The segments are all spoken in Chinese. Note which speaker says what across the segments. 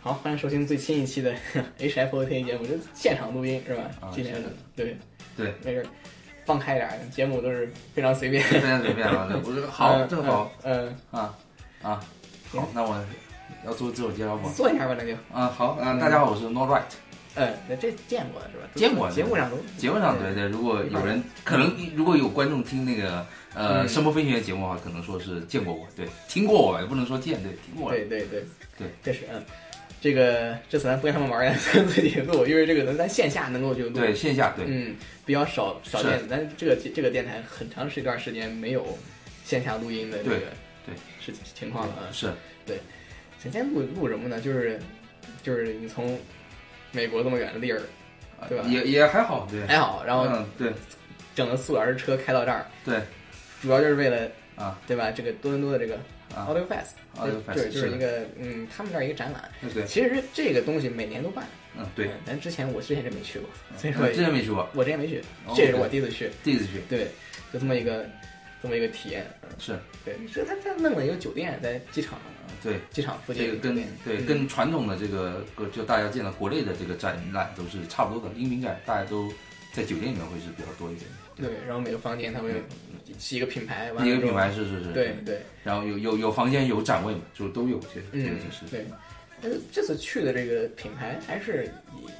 Speaker 1: 好，欢迎收听最新一期的 HFOT 节目，这现场录音是吧？
Speaker 2: 啊
Speaker 1: 今天
Speaker 2: 是
Speaker 1: 的
Speaker 2: 的
Speaker 1: 对
Speaker 2: 对，
Speaker 1: 没事儿，放开点儿，节目都是非常随便。
Speaker 2: 非常随便啊！我说好，
Speaker 1: 嗯
Speaker 2: 正好，
Speaker 1: 嗯，
Speaker 2: 啊啊，好，那我要做自我介绍
Speaker 1: 嗯你
Speaker 2: 吗？
Speaker 1: 坐一下吧，那就，
Speaker 2: 啊，好，啊，大家好，我是 No Right。
Speaker 1: 嗯，那这见过是吧？
Speaker 2: 见过
Speaker 1: 节目上都
Speaker 2: 节目上对对，嗯如果有人可能如果有观众听那个呃
Speaker 1: 嗯
Speaker 2: 声波飞行员节目的话，可能说是见过我，对，听过我，不能说见，对，听过我。
Speaker 1: 对对对
Speaker 2: 对，
Speaker 1: 这是嗯，这个这次咱不跟他们玩儿， 咱自己录，因为这个咱咱线下能够就录，
Speaker 2: 对，线下对，
Speaker 1: 嗯，比较少少
Speaker 2: 是
Speaker 1: 见，咱这个这个电台很长时一段时间没有线下录音的这个
Speaker 2: 对对
Speaker 1: 事情情况了啊。
Speaker 2: 是
Speaker 1: 今天录录什么呢？就是就是你从美国这么远的地儿
Speaker 2: 呃
Speaker 1: 对吧
Speaker 2: 也也还好，对，
Speaker 1: 还好，然后
Speaker 2: 嗯，对
Speaker 1: 整了四个小时车开到这儿，
Speaker 2: 对
Speaker 1: 主要就是为了
Speaker 2: 啊
Speaker 1: 对吧？这个多伦多的这个
Speaker 2: 啊
Speaker 1: Audio Fest，
Speaker 2: 啊，反
Speaker 1: 对，
Speaker 2: 正
Speaker 1: 就是一
Speaker 2: 的
Speaker 1: 个嗯，他们那儿一个展览。
Speaker 2: 嗯对，
Speaker 1: 其实这个东西每年都办，
Speaker 2: 嗯对，
Speaker 1: 嗯，但之前我之前真没去过，所以
Speaker 2: 嗯
Speaker 1: 说
Speaker 2: 之前没去过，
Speaker 1: 我之前没去
Speaker 2: 哦，
Speaker 1: 这也是我第一次去，
Speaker 2: 第一次去，
Speaker 1: 对，就这么一个这么一个体验，嗯
Speaker 2: 是
Speaker 1: 对，这他他弄了一个酒店在机场，
Speaker 2: 对。
Speaker 1: 机场附近
Speaker 2: 这
Speaker 1: 有
Speaker 2: 个
Speaker 1: 一酒
Speaker 2: 跟
Speaker 1: 店，
Speaker 2: 对
Speaker 1: 嗯
Speaker 2: 跟传统的这个就大家见到国内的这个展览都是差不多的，音频展大家都在酒店里面会是比较多一点。
Speaker 1: 对，然后每个房间它会有是一个品牌，完
Speaker 2: 嗯一
Speaker 1: 了
Speaker 2: 个
Speaker 1: 之后
Speaker 2: 品牌是是是，
Speaker 1: 对对，
Speaker 2: 然后有有有房间有展位嘛，就都有，其实这
Speaker 1: 嗯
Speaker 2: 个就是
Speaker 1: 对。但是这次去的这个品牌还是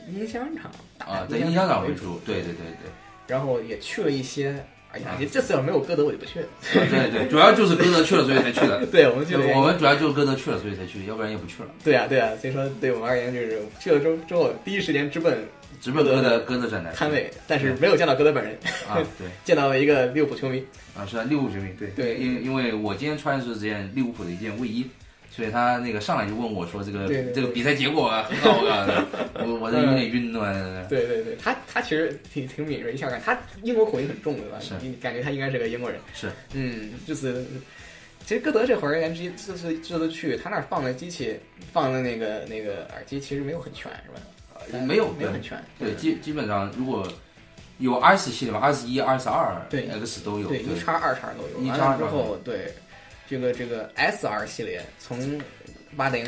Speaker 1: 以音响厂
Speaker 2: 啊，
Speaker 1: 在
Speaker 2: 在音响展为
Speaker 1: 主，
Speaker 2: 主，对对对对
Speaker 1: 然后也去了一些，哎呀，这次要是没有歌德我就不去了。
Speaker 2: 啊对对，主要就是歌德去了，所以才去的。
Speaker 1: 对，我们去
Speaker 2: 就
Speaker 1: 了一个
Speaker 2: 我们主要就是歌德去了，所以才去，要不然也不去了。
Speaker 1: 对啊对啊，所以说对我们而言就是去了之后之后第一时间直奔
Speaker 2: 直奔歌德歌德展台
Speaker 1: 摊位，但
Speaker 2: 嗯
Speaker 1: 是没有见到戈德本人，
Speaker 2: 啊，对
Speaker 1: 见到了一个利物浦球迷。
Speaker 2: 啊，是啊利物浦球迷，对
Speaker 1: 对
Speaker 2: 因因为我今天穿的是这件利物浦的一件卫衣。所以他那个上来就问我说：“这个
Speaker 1: 对对对嗯
Speaker 2: 这个比赛结果啊，很好啊，我我这有点啊晕了。
Speaker 1: 对对对，他他其实挺挺敏锐，一下看他英国口音很重，对吧？
Speaker 2: 是
Speaker 1: 你感觉他应该是个英国人。
Speaker 2: 是，
Speaker 1: 嗯，就是其实戈德这会儿言之，这次这次去他那儿放的机器，放的那个那个耳机其实没有很全，是吧？
Speaker 2: 呃没有
Speaker 1: 没有很全，
Speaker 2: 对，基基本上如果有二十系列吧，二十一、二十二、
Speaker 1: 对
Speaker 2: X 都有。
Speaker 1: 对，一叉二叉都有。
Speaker 2: 一
Speaker 1: 完
Speaker 2: 叉
Speaker 1: 了
Speaker 2: 二
Speaker 1: 之
Speaker 2: 叉
Speaker 1: 后，对这个这个 SR 系列从八零。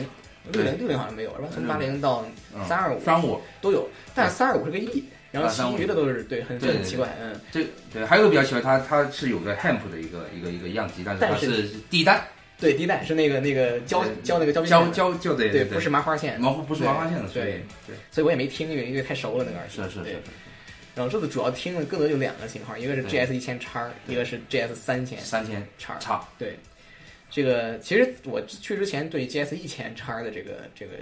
Speaker 1: 六零六零好像没有是吧？从八零到三二五
Speaker 2: 嗯三五，
Speaker 1: 都有，但是三二五是个 E，然后
Speaker 2: 啊325
Speaker 1: 其余的都是对，很
Speaker 2: 对对
Speaker 1: 很奇怪，嗯，
Speaker 2: 这对，还有一个比较喜欢它，它是有个 hemp 的一个一个一个样机，但是它
Speaker 1: 但是
Speaker 2: 是地带
Speaker 1: 对，第一代是那个那个胶
Speaker 2: 对
Speaker 1: 胶那个胶皮
Speaker 2: 胶
Speaker 1: 片
Speaker 2: 胶胶的，
Speaker 1: 对，
Speaker 2: 对，
Speaker 1: 不是麻花线，
Speaker 2: 毛不是麻花线的，所以对，
Speaker 1: 所以我也没听，因为因为太熟了那个耳机。
Speaker 2: 是是
Speaker 1: 对
Speaker 2: 是，
Speaker 1: 然后这次主要听的更多就两个型号，一个是
Speaker 2: 嗯对
Speaker 1: GS 一千叉，一个是 GS 三千
Speaker 2: 三千
Speaker 1: 叉。
Speaker 2: 差
Speaker 1: 对，这个其实我去之前对 GS 一千叉的这个这个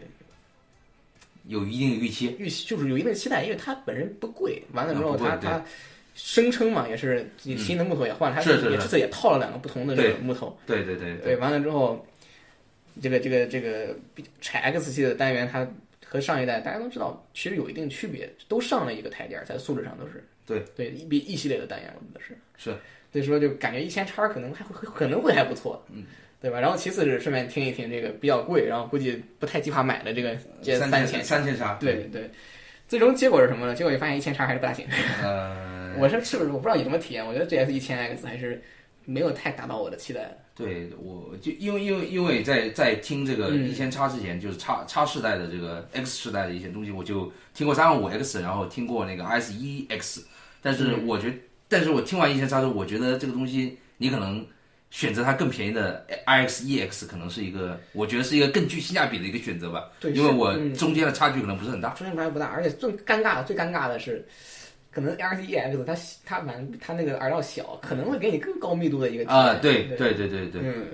Speaker 2: 有一定的预期，
Speaker 1: 预期就是有一定的期待，因为它本身不贵，完了之后
Speaker 2: 嗯不贵
Speaker 1: 它
Speaker 2: 对嗯
Speaker 1: 它声称嘛也是你新的木头也换了，它
Speaker 2: 是是
Speaker 1: 也
Speaker 2: 是
Speaker 1: 这次也套了两个不同的这个
Speaker 2: 对
Speaker 1: 木头，
Speaker 2: 对对对
Speaker 1: 对，，完了之后，这个这个这个 X 系的单元，它和上一代大家都知道，其实有一定区别，都上了一个台阶儿，在素质上都是。
Speaker 2: 对
Speaker 1: 对，一比 E 系列的单元，我觉得是。
Speaker 2: 是。
Speaker 1: 所以说，就感觉一千叉可能还会可能会还不错，嗯，对吧？然后其次是顺便听一听这个比较贵，然后估计不太计划买的这个这三
Speaker 2: 三
Speaker 1: 千，
Speaker 2: 三千差，
Speaker 1: 对对。最终结果是什么呢？结果你发现一千叉还是不大
Speaker 2: 嗯
Speaker 1: 行。
Speaker 2: 呃，
Speaker 1: 我是是不是我不知道你什么体验？我觉得 GS 一千 X 还是没有太达到我的期待。
Speaker 2: 对我就因为因为因为在在听这个
Speaker 1: 嗯
Speaker 2: 一千叉之前，就是叉叉世代的这个 X 世代的一些东西，我就听过三二五 X，然后听过那个 S 一 X，但是
Speaker 1: 嗯
Speaker 2: 我觉但是我听完一千叉之后，我觉得这个东西你可能选择它更便宜的 RX 一 X，可能是一个我觉得是一个更具性价比的一个选择吧，
Speaker 1: 对
Speaker 2: 因为
Speaker 1: 是
Speaker 2: 我
Speaker 1: 嗯
Speaker 2: 中间的差距可能不是很大。
Speaker 1: 中间差不大，而且最尴尬的最尴尬的是，可能 L T E X 它它蛮它那个耳道小，可能会给你更高密度的一个体验
Speaker 2: 啊，对
Speaker 1: 对
Speaker 2: 对对对对，
Speaker 1: 嗯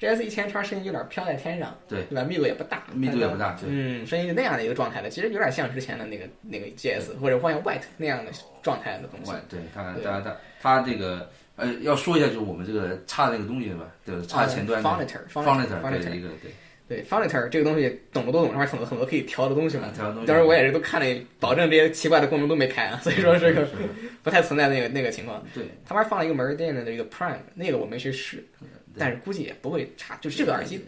Speaker 1: ，G S 一千叉声音有点飘在天上，
Speaker 2: 对
Speaker 1: 对吧？密度也不大，
Speaker 2: 密度也不大
Speaker 1: 但
Speaker 2: 对
Speaker 1: 嗯，声音就那样的一个状态的，其实有点像之前的那个那个 G S 或者幻象 White 那样的状态的东西
Speaker 2: 外，对他
Speaker 1: 对
Speaker 2: 他他他这个呃，要说一下就是我们这个差这个东西吧，对，
Speaker 1: 啊
Speaker 2: 差前端的
Speaker 1: Fonitor
Speaker 2: Fonitor 对
Speaker 1: Fonitor
Speaker 2: 一个对，
Speaker 1: 对 Fonitor 这个东西懂的都懂，上面很多很多可以调的东西嘛
Speaker 2: 啊。调的东西
Speaker 1: 当时我也是都看了，保证这些奇怪的功能都没开啊，所以说这个
Speaker 2: 是是
Speaker 1: 不太存在那个那个情况。
Speaker 2: 对
Speaker 1: 他妈放了一个门店的这个 Prime，那个我没去试，
Speaker 2: 嗯
Speaker 1: 但是估计也不会差。就是这个耳机，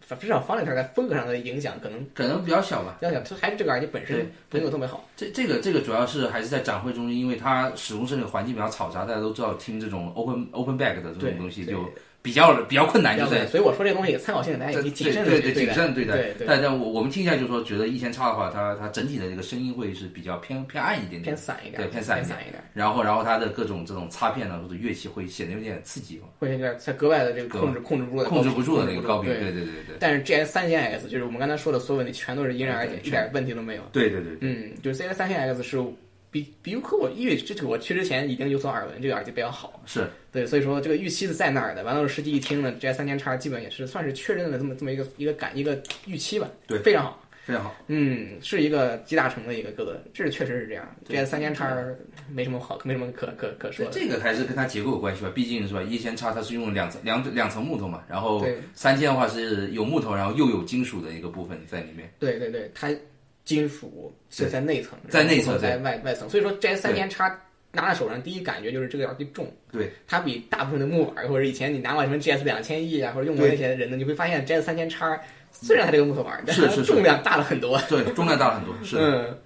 Speaker 1: 反至少放那头在风格上的影响可能
Speaker 2: 可能比较小吧。
Speaker 1: 要想，就还是这个耳机本身
Speaker 2: 对
Speaker 1: 风格特别好。
Speaker 2: 这这个这个主要是还是在展会中，因为它始终是那个环境比较嘈杂，大家都知道听这种 open open back 的这
Speaker 1: 对
Speaker 2: 种东西
Speaker 1: 对
Speaker 2: 就比较比较困难，就
Speaker 1: 要不
Speaker 2: 在
Speaker 1: 然所以我说这东西参考性，大家也
Speaker 2: 哎对
Speaker 1: 可以哎谨
Speaker 2: 对
Speaker 1: 慎的
Speaker 2: 对
Speaker 1: 去
Speaker 2: 对谨
Speaker 1: 待。
Speaker 2: 慎对待
Speaker 1: 对，对
Speaker 2: 但但我我们听一下就是说，觉得一千差的话，它它整体的这个声音会是比较偏偏暗一点
Speaker 1: 偏
Speaker 2: 点，
Speaker 1: 散一点，
Speaker 2: 对偏散
Speaker 1: 散
Speaker 2: 一
Speaker 1: 一点，
Speaker 2: 然后然后它的各种这种插片呢或者乐器会显得有点刺激，
Speaker 1: 会有点在格外的这个控制控制不住的
Speaker 2: 控制
Speaker 1: 高频
Speaker 2: 不住的那个高频，
Speaker 1: 对
Speaker 2: 对对对对
Speaker 1: 但是 GS 三千 X 就是我们刚才说的所有问题，全都是迎刃而解
Speaker 2: 对，
Speaker 1: 一点问题都没有。
Speaker 2: 对对对，
Speaker 1: 嗯，就是 CS 三千 X 是比比可我因为这个我去之前已经有所耳闻，这个耳机比较好，
Speaker 2: 是
Speaker 1: 对，所以说这个预期是在那儿的。完了，实际一听呢，GS 三千叉基本也是算是确认了这么这么一个一个感一个预期吧，
Speaker 2: 对
Speaker 1: 非常好。
Speaker 2: 非常好，
Speaker 1: 嗯，是一个集大成的一个歌，这确实是这样。
Speaker 2: 对
Speaker 1: GS 三千叉没什么好，没什么可可可说
Speaker 2: 这
Speaker 1: 的。
Speaker 2: 这个还是跟它结构有关系吧，毕竟是吧，一千差它是用两层两两层木头嘛，然后
Speaker 1: 对
Speaker 2: 三千的话是有木头，然后又有金属的一个部分在里面，
Speaker 1: 对对对，它金属是在内层，
Speaker 2: 在内层
Speaker 1: 然后
Speaker 2: 对
Speaker 1: 在外外层，所以说 GS 三千叉拿在手上，第一感觉就是这个耳机重。
Speaker 2: 对，
Speaker 1: 它比大部分的木耳或者以前你拿过什么 GS 两千 E 啊，或者用过那些人呢，你会发现 GS 三千叉虽然它这个木头耳，但
Speaker 2: 是
Speaker 1: 它
Speaker 2: 是是
Speaker 1: 重量大了很多。
Speaker 2: 对，重量大了很多，是的
Speaker 1: 嗯，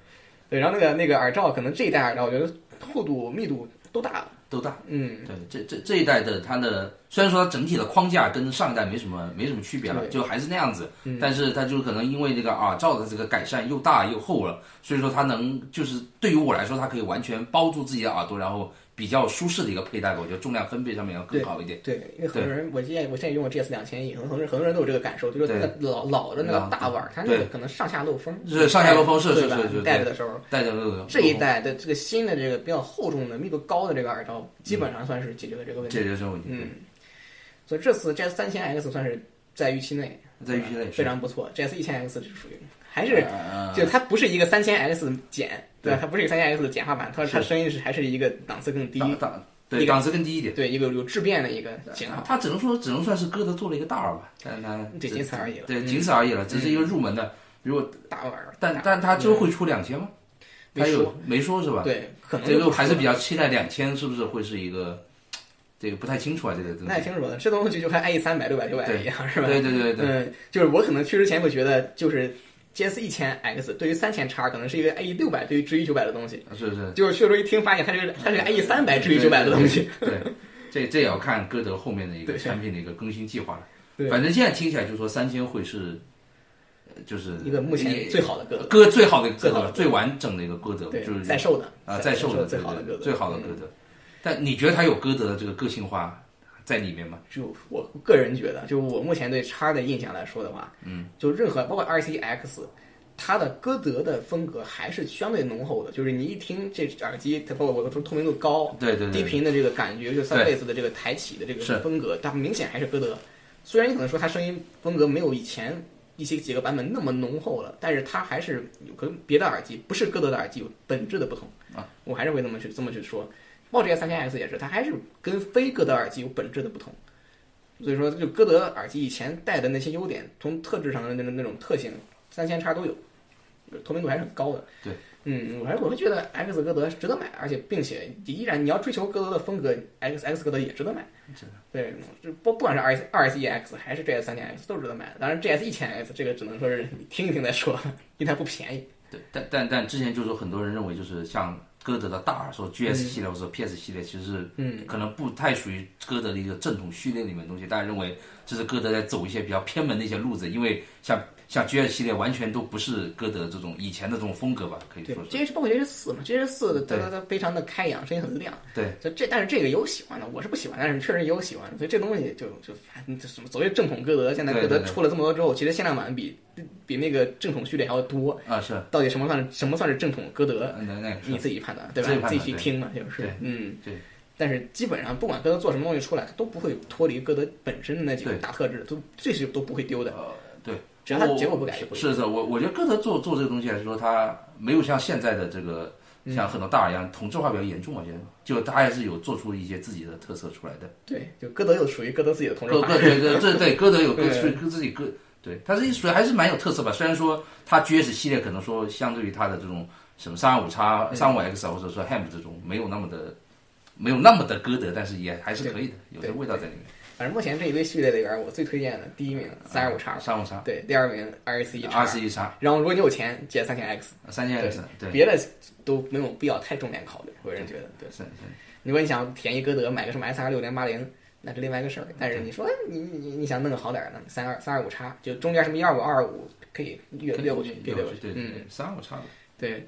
Speaker 1: 对，然后那个那个耳罩，可能这一代耳罩，我觉得厚度密度都大了。
Speaker 2: 都大。
Speaker 1: 嗯，
Speaker 2: 对，这这这一代的它的虽然说它整体的框架跟上一代没什么没什么区别了，
Speaker 1: 对
Speaker 2: 就还是那样子，
Speaker 1: 嗯
Speaker 2: 但是它就可能因为这个耳罩的这个改善又大又厚了，所以说它能就是对于我来说，它可以完全包住自己的耳朵，然后比较舒适的一个佩戴吧，我觉得重量分配上面要更好一点。
Speaker 1: 对，因为很多人，我现在我现在用我 GS 两千 E，很多人很多人都有这个感受，就是
Speaker 2: 对
Speaker 1: 那个老老的那个
Speaker 2: 老
Speaker 1: 大腕儿，它那个可能上下漏风，
Speaker 2: 是上下漏风是是
Speaker 1: 对吧
Speaker 2: 是是是
Speaker 1: 戴着的时候。
Speaker 2: 戴着那种
Speaker 1: 这一代的这个新的这个比较厚重的、密度高的这个耳罩，基本上算是解决了这个问题。
Speaker 2: 解决嗯这个问题，
Speaker 1: 嗯，所以这次 GS 三千 X 算是在预期内，
Speaker 2: 在预期内
Speaker 1: 非常不错。GS 一千 X 就属于还是
Speaker 2: 呃
Speaker 1: 就它不是一个三千 X 减，对吧？
Speaker 2: 对
Speaker 1: 它不是一个三千 X 的简化版，它
Speaker 2: 是
Speaker 1: 它声音是还是一个档次更低，
Speaker 2: 档档
Speaker 1: 一
Speaker 2: 对
Speaker 1: 个
Speaker 2: 档次更低一点，
Speaker 1: 对一个有质变的一个简化
Speaker 2: 它只能说只能算是歌德做了一个大耳吧，但它
Speaker 1: 对，仅此而已了。
Speaker 2: 对
Speaker 1: 嗯
Speaker 2: 仅此而已了，只是一个入门的，如果
Speaker 1: 大腕儿，
Speaker 2: 但
Speaker 1: 大
Speaker 2: 但他就会出两千吗？
Speaker 1: 没
Speaker 2: 他
Speaker 1: 说
Speaker 2: 有没说是吧？，
Speaker 1: 嗯对，可能
Speaker 2: 这
Speaker 1: 就
Speaker 2: 个
Speaker 1: 不
Speaker 2: 还是
Speaker 1: 说
Speaker 2: 比较期待两千是不是会是一个，这个不太清楚啊，这个东
Speaker 1: 那也
Speaker 2: 西。
Speaker 1: 挺准的。这东西就和 IE 三百、六百、九百一样，是吧？
Speaker 2: 对对对对，
Speaker 1: 嗯，就是我可能去之前会觉得，就是 GS 一千 X 对于三千叉可能是一个 IE 六百对于至于九百的东西，
Speaker 2: 是是。
Speaker 1: 嗯就是去了之后一听发现它这个它是个 IE 三百至于九百的东西。
Speaker 2: 对。对，对这这也要看歌德后面的一个
Speaker 1: 对
Speaker 2: 产品的一个更新计划了。
Speaker 1: 对
Speaker 2: 反正现在听起来就说三千会是，呃就是
Speaker 1: 一个目
Speaker 2: 也
Speaker 1: 前最好的歌，
Speaker 2: 歌最好的
Speaker 1: 最
Speaker 2: 歌
Speaker 1: 好的歌
Speaker 2: 德，最完整的一个歌德，
Speaker 1: 对
Speaker 2: 就，是
Speaker 1: 在售的
Speaker 2: 啊在售
Speaker 1: 的
Speaker 2: 的
Speaker 1: 最
Speaker 2: 对
Speaker 1: 好的
Speaker 2: 对
Speaker 1: 歌，嗯
Speaker 2: 最好的歌德。但你觉得他有歌德的这个个性化在里面吗？
Speaker 1: 就我个人觉得，就我目前对叉的印象来说的话，嗯，就任何包括 R C X，它的歌德的风格还是相对浓厚的，就是你一听这耳机，它包括我的透明度高，
Speaker 2: 对对
Speaker 1: 低
Speaker 2: 对，
Speaker 1: 频的这个感觉，就是 s u
Speaker 2: 对
Speaker 1: b b a s 的这个抬起的这个
Speaker 2: 是
Speaker 1: 风格，它明显还是歌德。虽然你可能说它声音风格没有以前一些几个版本那么浓厚了，但是它还是有跟别的耳机不是歌德的耳机有本质的不同
Speaker 2: 啊，
Speaker 1: 我还是会这么去这么去说。冒这些三千 X 也是，它还是跟非歌德耳机有本质的不同。所以说，就歌德耳机以前带的那些优点，从特质上的那种那种特性，三千叉都有，透明度还是很高的。
Speaker 2: 对，
Speaker 1: 嗯，我还是我会觉得 X 歌德值得买，而且并且依然你要追求歌德的风格，X X 歌德也值得买。对，就不不管是 R 二 C X 还是 GS 三千 X 都是值得买的。当然 GS 一千 X 这个只能说是你听一听再说， 因为它不便宜。
Speaker 2: 对，但但但之前就是说很多人认为，就是像歌德的大耳说 GS 系列或者 PS 系列，其实是
Speaker 1: 嗯
Speaker 2: 可能不太属于歌德的一个正统序列里面的东西。大家认为这是歌德在走一些比较偏门的一些路子，因为像像 GS 系列完全都不是歌德这种以前的这种风格吧，可以
Speaker 1: 对
Speaker 2: 说是。
Speaker 1: ，GS 包括 GS 四嘛，GS 四的它
Speaker 2: 对
Speaker 1: 它它非常的开扬，声音很亮。
Speaker 2: 对，
Speaker 1: 就这，但是这个有喜欢的，我是不喜欢，但是确实也有喜欢的，所以这东西就就反正就什么所谓正统歌德，现在
Speaker 2: 对
Speaker 1: 歌德
Speaker 2: 对对
Speaker 1: 出了这么多之后，其实限量版比比比那个正统序列还要多。
Speaker 2: 啊是，
Speaker 1: 到底什么算是什么算是正统歌德？
Speaker 2: 嗯那那个是
Speaker 1: 你自己判断，对吧？
Speaker 2: 自己判断
Speaker 1: 自己去听嘛，就是
Speaker 2: 对，
Speaker 1: 嗯，
Speaker 2: 对。
Speaker 1: 但是基本上不管歌德做什么东西出来，它都不会脱离歌德本身的那几个
Speaker 2: 对
Speaker 1: 大特质，都这是都不会丢的。
Speaker 2: 呃对，
Speaker 1: 只要它
Speaker 2: 我
Speaker 1: 结果不改就不会
Speaker 2: 是是，我我觉得歌德做做这个东西来说，他没有像现在的这个
Speaker 1: 嗯
Speaker 2: 像很多大耳一样同质化比较严重，我觉得就他还是有做出一些自己的特色出来的。
Speaker 1: 对，就歌德又属于歌德自己的同质
Speaker 2: 歌
Speaker 1: 化。
Speaker 2: 歌对对对对，歌德有歌
Speaker 1: 对
Speaker 2: 属于歌自己歌，对，它是属于还是蛮有特色吧。虽然说它 GS 系列可能说相对于它的这种什么三二五叉、三五 X 啊，或者说 Ham 这种没有那么的没有那么的歌德，但是也还是可以的，有这味道在里面。
Speaker 1: 反正目前这一堆序列里边，我最推荐的第一名三二五叉，
Speaker 2: 嗯啊三五叉、
Speaker 1: 对，第二名 R C
Speaker 2: 二十一叉、
Speaker 1: 然后如果你有钱，借三千 X，
Speaker 2: 啊三千 X，对，
Speaker 1: 别的都没有必要太重点考虑，我个人觉得。对，
Speaker 2: 是是
Speaker 1: 如果你想便宜歌德，买个什么 S R 六零八零，那是另外一个事儿。但是你说哎你你你想弄个好点儿的，三二三二五叉，就中间什么一二五、二二五可以越
Speaker 2: 可以
Speaker 1: 越过去，越
Speaker 2: 越过
Speaker 1: 过
Speaker 2: 对对
Speaker 1: 嗯，
Speaker 2: 对，三五差不多。
Speaker 1: 对，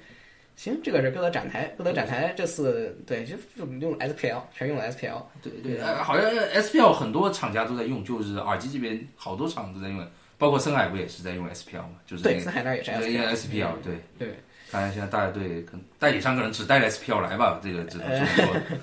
Speaker 1: 行，这个是歌德展台，歌德展台这次对就就用 SPL，全用了 SPL，
Speaker 2: 对对，
Speaker 1: 嗯
Speaker 2: 呃，好像 SPL 很多厂家都在用，就是耳机这边好多厂都在用，包括森海不也是在用 SPL 嘛，就是
Speaker 1: 对，
Speaker 2: 那
Speaker 1: 森海那儿也是
Speaker 2: 个那
Speaker 1: SPL，
Speaker 2: 个 SPL 对。
Speaker 1: 对，
Speaker 2: 当然，现在大家对可能代理商可能只带了 SPL 来吧，这个只能这么说。
Speaker 1: 哎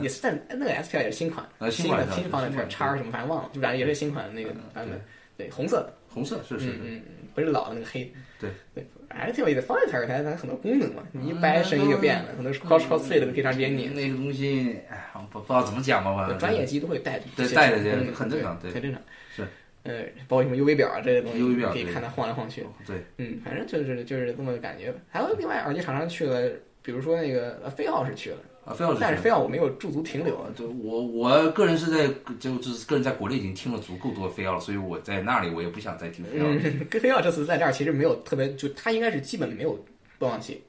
Speaker 1: 也是但那个 SPL 也是新款，
Speaker 2: 呃
Speaker 1: 新
Speaker 2: 新款
Speaker 1: 的
Speaker 2: 的
Speaker 1: 新款
Speaker 2: 新
Speaker 1: 的
Speaker 2: 款
Speaker 1: 叉什么反正忘了，就反正也是新款的那个版本，对，红色的，
Speaker 2: 红色是是
Speaker 1: 嗯
Speaker 2: 是，
Speaker 1: 嗯，嗯不是老的那个黑，
Speaker 2: 对
Speaker 1: 对，还是挺有意思。方向调整台它很多功能嘛，你一
Speaker 2: 嗯
Speaker 1: 掰声音就变了，很多 cross cross fade 都可以让别人拧。
Speaker 2: 那个东西，哎，我不不知道怎么讲吧，反
Speaker 1: 有
Speaker 2: 正
Speaker 1: 专业机都会带
Speaker 2: 嗯对
Speaker 1: 些
Speaker 2: 带着
Speaker 1: 功
Speaker 2: 这
Speaker 1: 能
Speaker 2: 个很正常
Speaker 1: 对，
Speaker 2: 对
Speaker 1: 很正常。
Speaker 2: 是，
Speaker 1: 呃，包括什么 UV 表啊这些东西
Speaker 2: UV 表
Speaker 1: 可以
Speaker 2: 对
Speaker 1: 看它晃来晃去。
Speaker 2: 对，
Speaker 1: 嗯，反正就是就是这么个感觉吧。还有另外啊耳机厂商去了，比如说那个呃飞奥是去了，
Speaker 2: 啊，非要
Speaker 1: 但是飞奥我没有驻足停留。啊
Speaker 2: 对我我个人是在就就是个人在国内已经听了足够多非要了，所以我在那里我也不想再听非要了。
Speaker 1: 嗯， 跟飞奥这次在这儿其实没有特别，就它应该是基本没有播放器，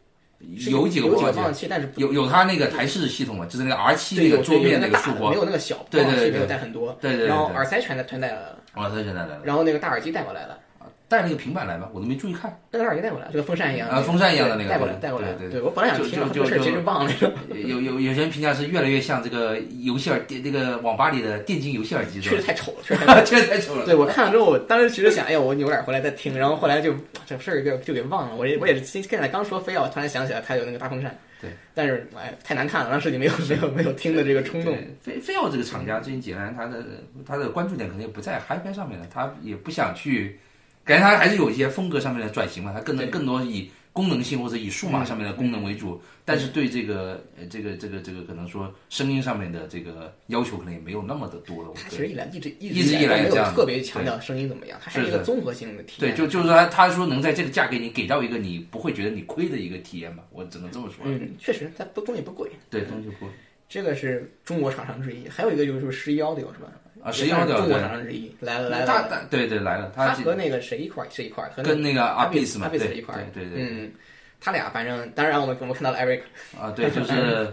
Speaker 1: 是
Speaker 2: 有几个
Speaker 1: 有
Speaker 2: 播
Speaker 1: 几个
Speaker 2: 放
Speaker 1: 播放
Speaker 2: 器，
Speaker 1: 器，但是不
Speaker 2: 有有它那个台式系统嘛，就是那个 R 七
Speaker 1: 对
Speaker 2: 那
Speaker 1: 有
Speaker 2: 个桌面
Speaker 1: 那个
Speaker 2: 那个
Speaker 1: 大
Speaker 2: 束
Speaker 1: 的，没
Speaker 2: 光，
Speaker 1: 有那个小播
Speaker 2: 对
Speaker 1: 放
Speaker 2: 对
Speaker 1: 器
Speaker 2: 对
Speaker 1: 没有
Speaker 2: 对
Speaker 1: 带很多，
Speaker 2: 对对对
Speaker 1: 然后
Speaker 2: 对
Speaker 1: 耳塞全带全带来了，
Speaker 2: 哦，它现在来了，
Speaker 1: 然后那个大耳机带过来了。
Speaker 2: 带那个平板来吧，我都没注意看。
Speaker 1: 那个大耳机带过来，就跟风扇一样的
Speaker 2: 啊风扇一样的
Speaker 1: 对
Speaker 2: 那个
Speaker 1: 带过来，
Speaker 2: 对
Speaker 1: 带过来。
Speaker 2: 对对
Speaker 1: 我本来想
Speaker 2: 就
Speaker 1: 听，
Speaker 2: 就
Speaker 1: 这事儿
Speaker 2: 就
Speaker 1: 其实 忘了。
Speaker 2: 有有有些人评价是越来越像这个游戏耳电那个网吧里的电竞游戏耳机，
Speaker 1: 确实
Speaker 2: 是吧？
Speaker 1: 太丑了，确实太丑了。对
Speaker 2: 这 个太丑了。
Speaker 1: 我看了之后，我当时其实想，哎呦，我扭脸回来再听，然后后来就这事儿就就给忘了。我也我也是今现在刚说非要，突然想起来它有那个大风扇。
Speaker 2: 对，
Speaker 1: 但是哎，太难看了，当时就没有没有没有听的这个冲动。
Speaker 2: 对。非非要这个厂家最近简单，他的他的关注点肯定不在 HiFi 上面了，他也不想去，感觉他还是有一些风格上面的转型嘛，他更
Speaker 1: 对嗯
Speaker 2: 能更多以功能性或者以数码上面的功能为主，但是对这个呃这个这个这个可能说声音上面的这个要求可能也没有那么的多了，我
Speaker 1: 它其
Speaker 2: 觉得。
Speaker 1: 实一来一直
Speaker 2: 一直以来
Speaker 1: 都没
Speaker 2: 这
Speaker 1: 有
Speaker 2: 样
Speaker 1: 特别强调声音怎么样，它还是一个综合性的体
Speaker 2: 对，
Speaker 1: 验。
Speaker 2: 就就是他他说能在这个价给你给到一个你不会觉得你亏的一个体验吧，我只能这么说。
Speaker 1: 嗯，确实，它不东西不贵。
Speaker 2: 对，东西不
Speaker 1: 这个是中国厂商之一，还有一个就是十一幺六是吧？
Speaker 2: 啊，十一号
Speaker 1: 也
Speaker 2: 掉
Speaker 1: 算是中国
Speaker 2: 的，
Speaker 1: 厂商之一，来了来了。
Speaker 2: 他他对对来了，
Speaker 1: 他
Speaker 2: 这
Speaker 1: 和那个谁一块儿是一块儿，和那
Speaker 2: 跟那个阿
Speaker 1: Abis-
Speaker 2: 比斯嘛，
Speaker 1: Abis
Speaker 2: 对
Speaker 1: 一块儿
Speaker 2: 对对对
Speaker 1: 嗯，他俩反正当然我们我们看到了 Eric，
Speaker 2: 啊， 对，就是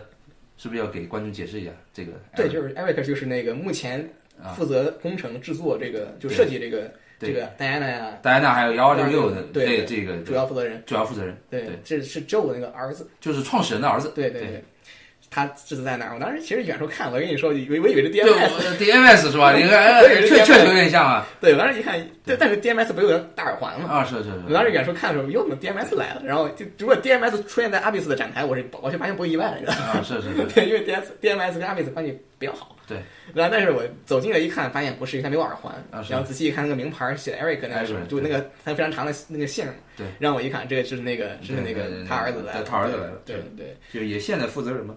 Speaker 2: 是不是要给观众解释一下这个？呃
Speaker 1: 对，就是 Eric 就是那个目前
Speaker 2: 嗯啊
Speaker 1: 负责工程制作这个就
Speaker 2: 对
Speaker 1: 设计这个
Speaker 2: 对
Speaker 1: 这个 Diana 呀
Speaker 2: 戴安娜还有幺二六六的，
Speaker 1: 对对
Speaker 2: 这个
Speaker 1: 主要负责人，
Speaker 2: 主要负责人，对，
Speaker 1: 这是 Joe 那个儿子，
Speaker 2: 就是创始人的儿子，
Speaker 1: 对
Speaker 2: 对
Speaker 1: 对。他这次在哪儿？我当时其实远处看，我跟你说，以为我以为是
Speaker 2: 对
Speaker 1: DMS，
Speaker 2: 我，DMS 是 吧？你看，
Speaker 1: 对
Speaker 2: 哎确
Speaker 1: 对
Speaker 2: 确实有点像 啊，
Speaker 1: 对，我当时一看，对，但是 DMS 不是有个大耳环吗？
Speaker 2: 啊，是是
Speaker 1: 我当时
Speaker 2: 是，
Speaker 1: 远处看的时候，哟，怎么 DMS 来了？然后就如果 DMS 出现在阿比斯的展台，我是我就完全不会意外了，你知道吗
Speaker 2: 啊，是是是，
Speaker 1: 对，因为 D S D M S 跟阿比斯关系比较好。
Speaker 2: 对，
Speaker 1: 然后啊但是我走近了一看，发现不是，因为它没有耳环。
Speaker 2: 啊是
Speaker 1: 然后仔细一看，那个名牌写的 Eric 那个，
Speaker 2: Eric，
Speaker 1: 就那个他非常长的那个姓。
Speaker 2: 对。
Speaker 1: 让我一看，这个是那个是那
Speaker 2: 对对
Speaker 1: 个
Speaker 2: 对
Speaker 1: 他儿子来了，
Speaker 2: 对他儿子来了
Speaker 1: 对对
Speaker 2: 就也现在负责人嘛，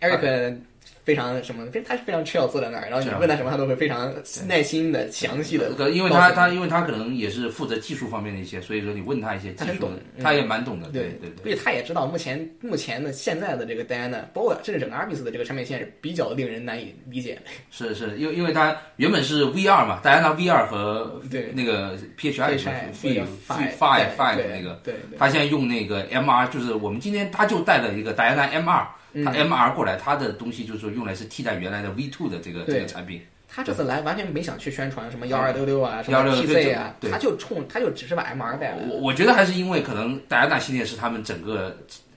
Speaker 1: 对，Eric 非常什么，非他是非常 chill 坐在那儿，然后你
Speaker 2: 这样
Speaker 1: 问他什么，他都会非常耐心的、详细的告诉
Speaker 2: 呃
Speaker 1: 你。
Speaker 2: 因为他他因为他可能也是负责技术方面的一些，所以说你问他一些技
Speaker 1: 他很
Speaker 2: 术
Speaker 1: 懂
Speaker 2: 的，
Speaker 1: 嗯
Speaker 2: 他也蛮懂的，
Speaker 1: 对
Speaker 2: 对对。
Speaker 1: 而且他也知道目前目前的现在的这个 Diana，包括甚至整个阿比斯的这个产品线是比较令人难以理解的。
Speaker 2: 是是，因为因为它原本是 V 二嘛，戴安娜 V 二和
Speaker 1: 对
Speaker 2: 那个 PHI 是
Speaker 1: F
Speaker 2: V
Speaker 1: five
Speaker 2: Five Five 那
Speaker 1: 对
Speaker 2: 个，
Speaker 1: 对对
Speaker 2: 他现在用那个 MR，就是我们今天他就带了一个戴安娜 MR，他 MR 过来，他的东西就是用来是替代原来的 V two 的这个这
Speaker 1: 对
Speaker 2: 个产品，
Speaker 1: 他这次来完全没想去宣传什么幺二六六啊，什么
Speaker 2: 1266
Speaker 1: PC 啊，
Speaker 2: 对
Speaker 1: 他就冲他就只是把 MR 带来了。
Speaker 2: 我我觉得还是因为可能戴安娜系列是他们整个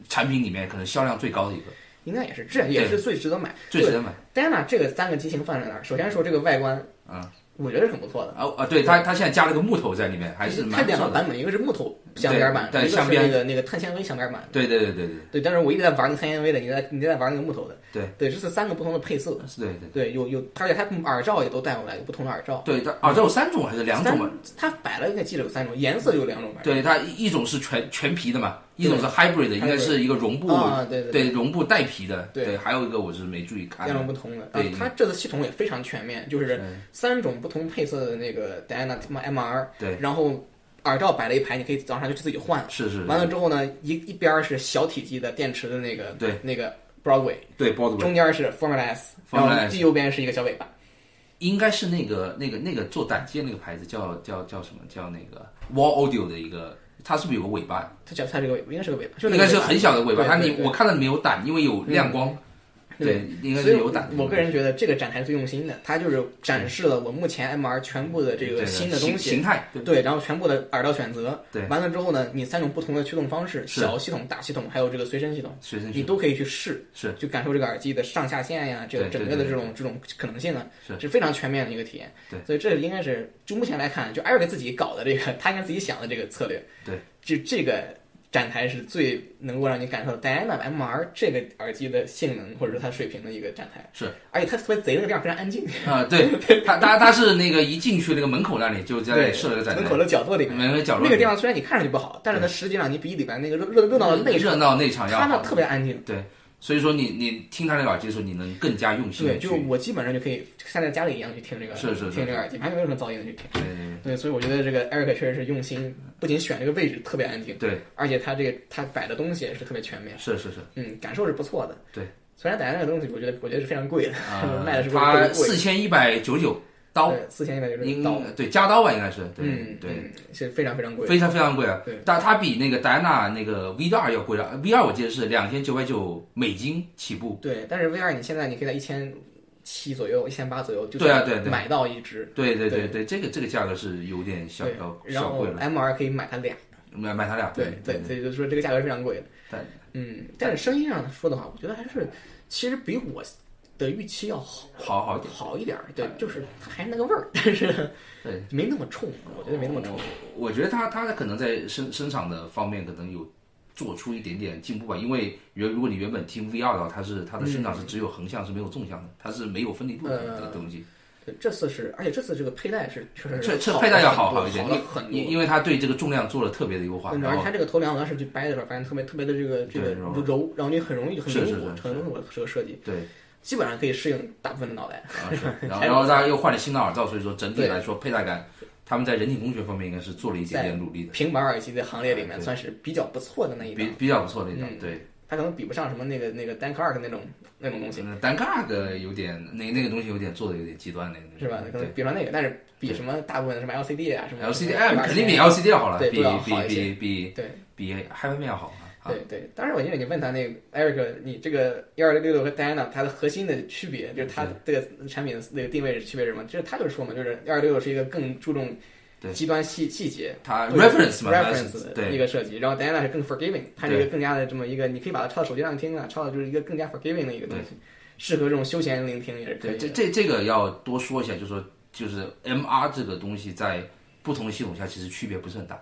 Speaker 2: 产品里面可能销量最高的一个，
Speaker 1: 应该也是，这也是最值得买。
Speaker 2: 最值得买
Speaker 1: Dana 这个三个机型放在那儿，首先说这个外观，
Speaker 2: 啊，
Speaker 1: 我觉得是很不错的。
Speaker 2: 啊啊！对他他现在加了个木头在里面，还是
Speaker 1: 就是它
Speaker 2: 蛮不
Speaker 1: 两
Speaker 2: 错
Speaker 1: 个
Speaker 2: 的。
Speaker 1: 版本，一个是木头镶边版，
Speaker 2: 对
Speaker 1: 一个
Speaker 2: 镶
Speaker 1: 是
Speaker 2: 边
Speaker 1: 那个那个碳纤维镶边版。
Speaker 2: 对对对对对
Speaker 1: 对，但是我一直在玩那个碳纤维的，你在你在玩那个木头的。
Speaker 2: 对
Speaker 1: 对，这是三个不同的配色。
Speaker 2: 对，是对对
Speaker 1: 对，有有，而且它耳罩也都带过来，有不同的耳罩。
Speaker 2: 对，它啊，这有三种还是两种吧？
Speaker 1: 三它摆了应该记得有三种，颜色有两种吧。
Speaker 2: 对，它一一种是全全皮的嘛，
Speaker 1: 对
Speaker 2: 一种是 hybrid 的，应该是一个绒布，
Speaker 1: 啊，对对
Speaker 2: 对绒布带皮的，
Speaker 1: 对
Speaker 2: 对，还有一个我是没注意看
Speaker 1: 两种
Speaker 2: 的，
Speaker 1: 不同的。
Speaker 2: 对
Speaker 1: 啊它这次系统也非常全面，就是
Speaker 2: 嗯
Speaker 1: 三种不同配色的那个 Diana 什么 MR，
Speaker 2: 对，
Speaker 1: 然后耳罩摆了一排，你可以早上就去自己换。
Speaker 2: 是是，
Speaker 1: 完了之后呢，一一边儿是小体积的电池的那个
Speaker 2: 对
Speaker 1: 那个 Broadway，
Speaker 2: 对，包子味，
Speaker 1: 中间是 Formula S，然
Speaker 2: Formula
Speaker 1: 后
Speaker 2: S
Speaker 1: 最右边是一个小尾巴。
Speaker 2: 应该是那个那个那个做胆机那个牌子叫叫叫什么？叫那个 Wall Audio 的一个，它是不是有个尾巴？
Speaker 1: 它叫它这个尾巴应该是个尾巴，就
Speaker 2: 应
Speaker 1: 那个
Speaker 2: 该是
Speaker 1: 尾巴
Speaker 2: 很小的尾巴，
Speaker 1: 对
Speaker 2: 它
Speaker 1: 对
Speaker 2: 你
Speaker 1: 对
Speaker 2: 我看到没有胆，因为有亮光，对，应该
Speaker 1: 所
Speaker 2: 是
Speaker 1: 以
Speaker 2: 有胆。
Speaker 1: 我个人觉得这个展台最用心的，它就是展示了我目前 MR 全部的嗯这个新的东
Speaker 2: 形
Speaker 1: 西
Speaker 2: 形，态，对
Speaker 1: 对，然后全部的耳道选择，
Speaker 2: 对
Speaker 1: 完了之后呢，你三种不同的驱动方式，
Speaker 2: 是
Speaker 1: 小系统、大系统，还有这个随身系统，
Speaker 2: 随身
Speaker 1: 你
Speaker 2: 去
Speaker 1: 都可以去试，
Speaker 2: 是
Speaker 1: 去感受这个耳机的上下线呀，这个
Speaker 2: 对
Speaker 1: 整
Speaker 2: 对
Speaker 1: 个的
Speaker 2: 对
Speaker 1: 这种这种可能性啊，
Speaker 2: 是
Speaker 1: 非常全面的一个体验。
Speaker 2: 对，
Speaker 1: 所以这应该是就目前来看，就艾瑞克自己搞的这个，他应该自己想的这个策略，
Speaker 2: 对，
Speaker 1: 就这个展台是最能够让你感受到 Diana MR 这个耳机的性能或者说它水平的一个展台。
Speaker 2: 是，
Speaker 1: 而且它特别贼那个地方非常安静，
Speaker 2: 啊，对他他他是那个一进去那个门口那里 就在
Speaker 1: 对，
Speaker 2: 设了个展
Speaker 1: 门
Speaker 2: 台
Speaker 1: 口，的角落里面。
Speaker 2: 门口角落
Speaker 1: 那个地方虽然你看上去不好，但是它实际上你比里边那个热热热闹的内
Speaker 2: 嗯热闹内场要
Speaker 1: 它那
Speaker 2: 好，
Speaker 1: 特别安静。
Speaker 2: 对，所以说你你听他那个耳机的时候，你能更加用心
Speaker 1: 对，
Speaker 2: 的去
Speaker 1: 就我基本上就可以像在家里一样去听这个，
Speaker 2: 是是是
Speaker 1: 听这个耳机，完全没有什么噪音的去听。
Speaker 2: 对
Speaker 1: 对，所以我觉得这个 Eric 确实是用心，不仅选这个位置特别安静，
Speaker 2: 对
Speaker 1: 而且他这个他摆的东西也是特别全面，
Speaker 2: 是是是
Speaker 1: 嗯，感受是不错的。
Speaker 2: 对，
Speaker 1: 虽然打那个东西，我觉得我觉得是非常贵的，，
Speaker 2: 啊
Speaker 1: 卖的是不是特
Speaker 2: 他
Speaker 1: 别贵？
Speaker 2: 四千一百九九刀，
Speaker 1: 对，四千一百九十
Speaker 2: 应
Speaker 1: 刀，
Speaker 2: 对加刀吧，应该是对
Speaker 1: 嗯，
Speaker 2: 对。
Speaker 1: 嗯，是非常非常贵。
Speaker 2: 非常非常贵啊
Speaker 1: 对！
Speaker 2: 但它比那个戴安娜那个 V 二要贵了，V 二我记得是两千九百九美金起步，
Speaker 1: 对，但是 VR 你现在你可以在一千七左右、一千八左右就
Speaker 2: 对啊对对
Speaker 1: 买到一只，
Speaker 2: 对对
Speaker 1: 对
Speaker 2: 对对，这个这个价格是有点小
Speaker 1: 对
Speaker 2: 高，
Speaker 1: 然
Speaker 2: 小
Speaker 1: 后
Speaker 2: 贵了，
Speaker 1: MR 可以买它俩，
Speaker 2: 买买它俩，
Speaker 1: 对
Speaker 2: 对嗯
Speaker 1: 对，所以就是说这个价格是非常贵的。
Speaker 2: 但
Speaker 1: 嗯，但是声音上说的话，我觉得还是其实比我的预期要好
Speaker 2: 好好点，嗯
Speaker 1: 好一点儿。对，就是 它还是那个味儿，但是
Speaker 2: 对，
Speaker 1: 没那么冲，我觉得没那么冲
Speaker 2: 我。我觉得它它可能在声声场的方面可能有做出一点点进步吧，因为原如果你原本听 VR 的话，它是它的声场是只有横向是没有纵向的，它是没有分离度的
Speaker 1: 呃
Speaker 2: 这个东西，
Speaker 1: 对这次是，而且这次这个佩戴是确实
Speaker 2: 这
Speaker 1: 是
Speaker 2: 这
Speaker 1: 好
Speaker 2: 佩戴要好
Speaker 1: 好
Speaker 2: 一点，
Speaker 1: 好了很
Speaker 2: 因因
Speaker 1: 多。
Speaker 2: 因为它对这个重量做了特别的优化，
Speaker 1: 嗯
Speaker 2: 然
Speaker 1: 而且
Speaker 2: 后
Speaker 1: 它这个头梁，我当时去掰的时候，发现特别特别的这个这个
Speaker 2: 对柔
Speaker 1: 柔，然后你很容易很
Speaker 2: 是
Speaker 1: 灵
Speaker 2: 是
Speaker 1: 活，
Speaker 2: 是
Speaker 1: 很灵活这个设计，
Speaker 2: 对，
Speaker 1: 基本上可以适应大部分的脑袋。
Speaker 2: 啊是然后然后大家又换了新的耳罩，所以说整体
Speaker 1: 对
Speaker 2: 来说佩戴感，他们在人体工学方面应该是做了一点
Speaker 1: 在
Speaker 2: 点努力的，
Speaker 1: 平板耳机的行列里面
Speaker 2: 哎对
Speaker 1: 算是比较不错的那一
Speaker 2: 比
Speaker 1: 档，
Speaker 2: 比较不错的一档，
Speaker 1: 嗯
Speaker 2: 对。
Speaker 1: 它可能比不上什么那个那个 d a n k a r 那种那种东西。
Speaker 2: 那单杠的有点，那那个东西有点做的有点极端那个，
Speaker 1: 是吧？可能
Speaker 2: 嗯对
Speaker 1: 比不上那个，但是比什么大部分的什么 LCD 啊什么
Speaker 2: ，LCD
Speaker 1: 什
Speaker 2: M
Speaker 1: 么
Speaker 2: 哎肯定比 LCD 要好了，
Speaker 1: 对
Speaker 2: 比
Speaker 1: 都要好
Speaker 2: 比
Speaker 1: 一
Speaker 2: 比比
Speaker 1: 对
Speaker 2: 比 HiFi 要好啊。
Speaker 1: 对对。当然，我记得你问他那个 Eric，你这个幺二六六和 Diana 它的核心的区别，就是它这个产品的那个定位是区别是什么？就是他就是说嘛，就是幺二六六是一个更注重
Speaker 2: 对
Speaker 1: 极端细细节。
Speaker 2: 它
Speaker 1: 对
Speaker 2: reference 嘛它是
Speaker 1: reference 的一
Speaker 2: 对
Speaker 1: 个设计，然后 Diana 是更 forgiving，它是一个更加的这么一个，你可以把它插到手机上听啊，插到就是一个更加 forgiving 的一个东西，适合这种休闲聆听也是可以
Speaker 2: 对，这
Speaker 1: 的。
Speaker 2: 这这个要多说一下，就是说就是 MR 这个东西在不同的系统下其实区别不是很大。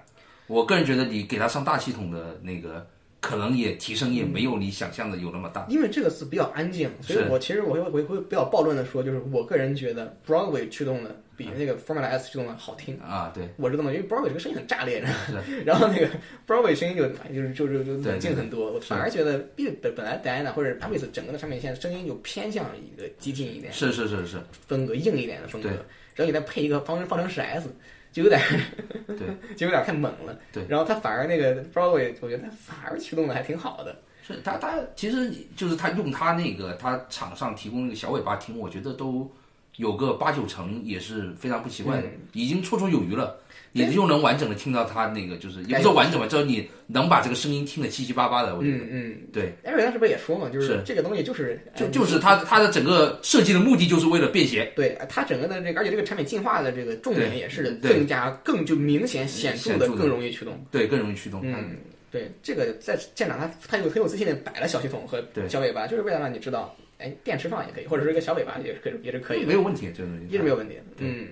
Speaker 2: 我个人觉得你给它上大系统的那个，可能也提升也没有你想象的有那么大。
Speaker 1: 因为这个词比较安静，所以
Speaker 2: 是
Speaker 1: 我其实我会我会比较暴论的说，就是我个人觉得 Broadway 驱动的比
Speaker 2: 嗯
Speaker 1: 那个 Formula S 驱动的好听。
Speaker 2: 啊，对，
Speaker 1: 我是这么，因为 Broadway 这个声音很炸裂，然后 然后那个 Broadway 声音就哎就是就是就
Speaker 2: 对
Speaker 1: 冷静很多。我反而觉得 B 本本来 Diana 或者 a m i s 整个的产品线声音就偏向一个激进一点
Speaker 2: 是是是是，
Speaker 1: 风格、硬一点的风格
Speaker 2: 对，
Speaker 1: 然后你再配一个方方程式 S，就有点
Speaker 2: 对，
Speaker 1: 就有点太猛了。
Speaker 2: 对
Speaker 1: 然后它反而那个 Broadway，我觉得它反而驱动的还挺好的。
Speaker 2: 是他他其实你就是他用他那个他场上提供那个小尾巴听，我觉得都有个八九成也是非常不奇怪的，
Speaker 1: 嗯
Speaker 2: 已经绰绰有余了。你又能完整的听到他那个，就是也不说完整吧，就是你能把这个声音听得七七八八的，我觉得、
Speaker 1: 嗯嗯，
Speaker 2: 对，
Speaker 1: 艾瑞当时不是也说嘛，就是
Speaker 2: 是
Speaker 1: 这个东西就是
Speaker 2: 就
Speaker 1: 呃
Speaker 2: 就是他他的整个设计的目的就是为了便携，
Speaker 1: 对它整个的这个，而且这个产品进化的这个重点
Speaker 2: 对
Speaker 1: 也是
Speaker 2: 对嗯
Speaker 1: 更加更就明显显著的
Speaker 2: 显著的
Speaker 1: 更容易驱动。
Speaker 2: 对，更容易驱动。
Speaker 1: 嗯，对，这个在舰长他他有很有自信的摆了小系统和
Speaker 2: 对
Speaker 1: 小尾巴，就是为了让你知道，哎，电池放也可以，或者是一个小尾巴也是可以也是可以的，
Speaker 2: 没有问题，这个东
Speaker 1: 一直
Speaker 2: 西
Speaker 1: 没有问题。嗯，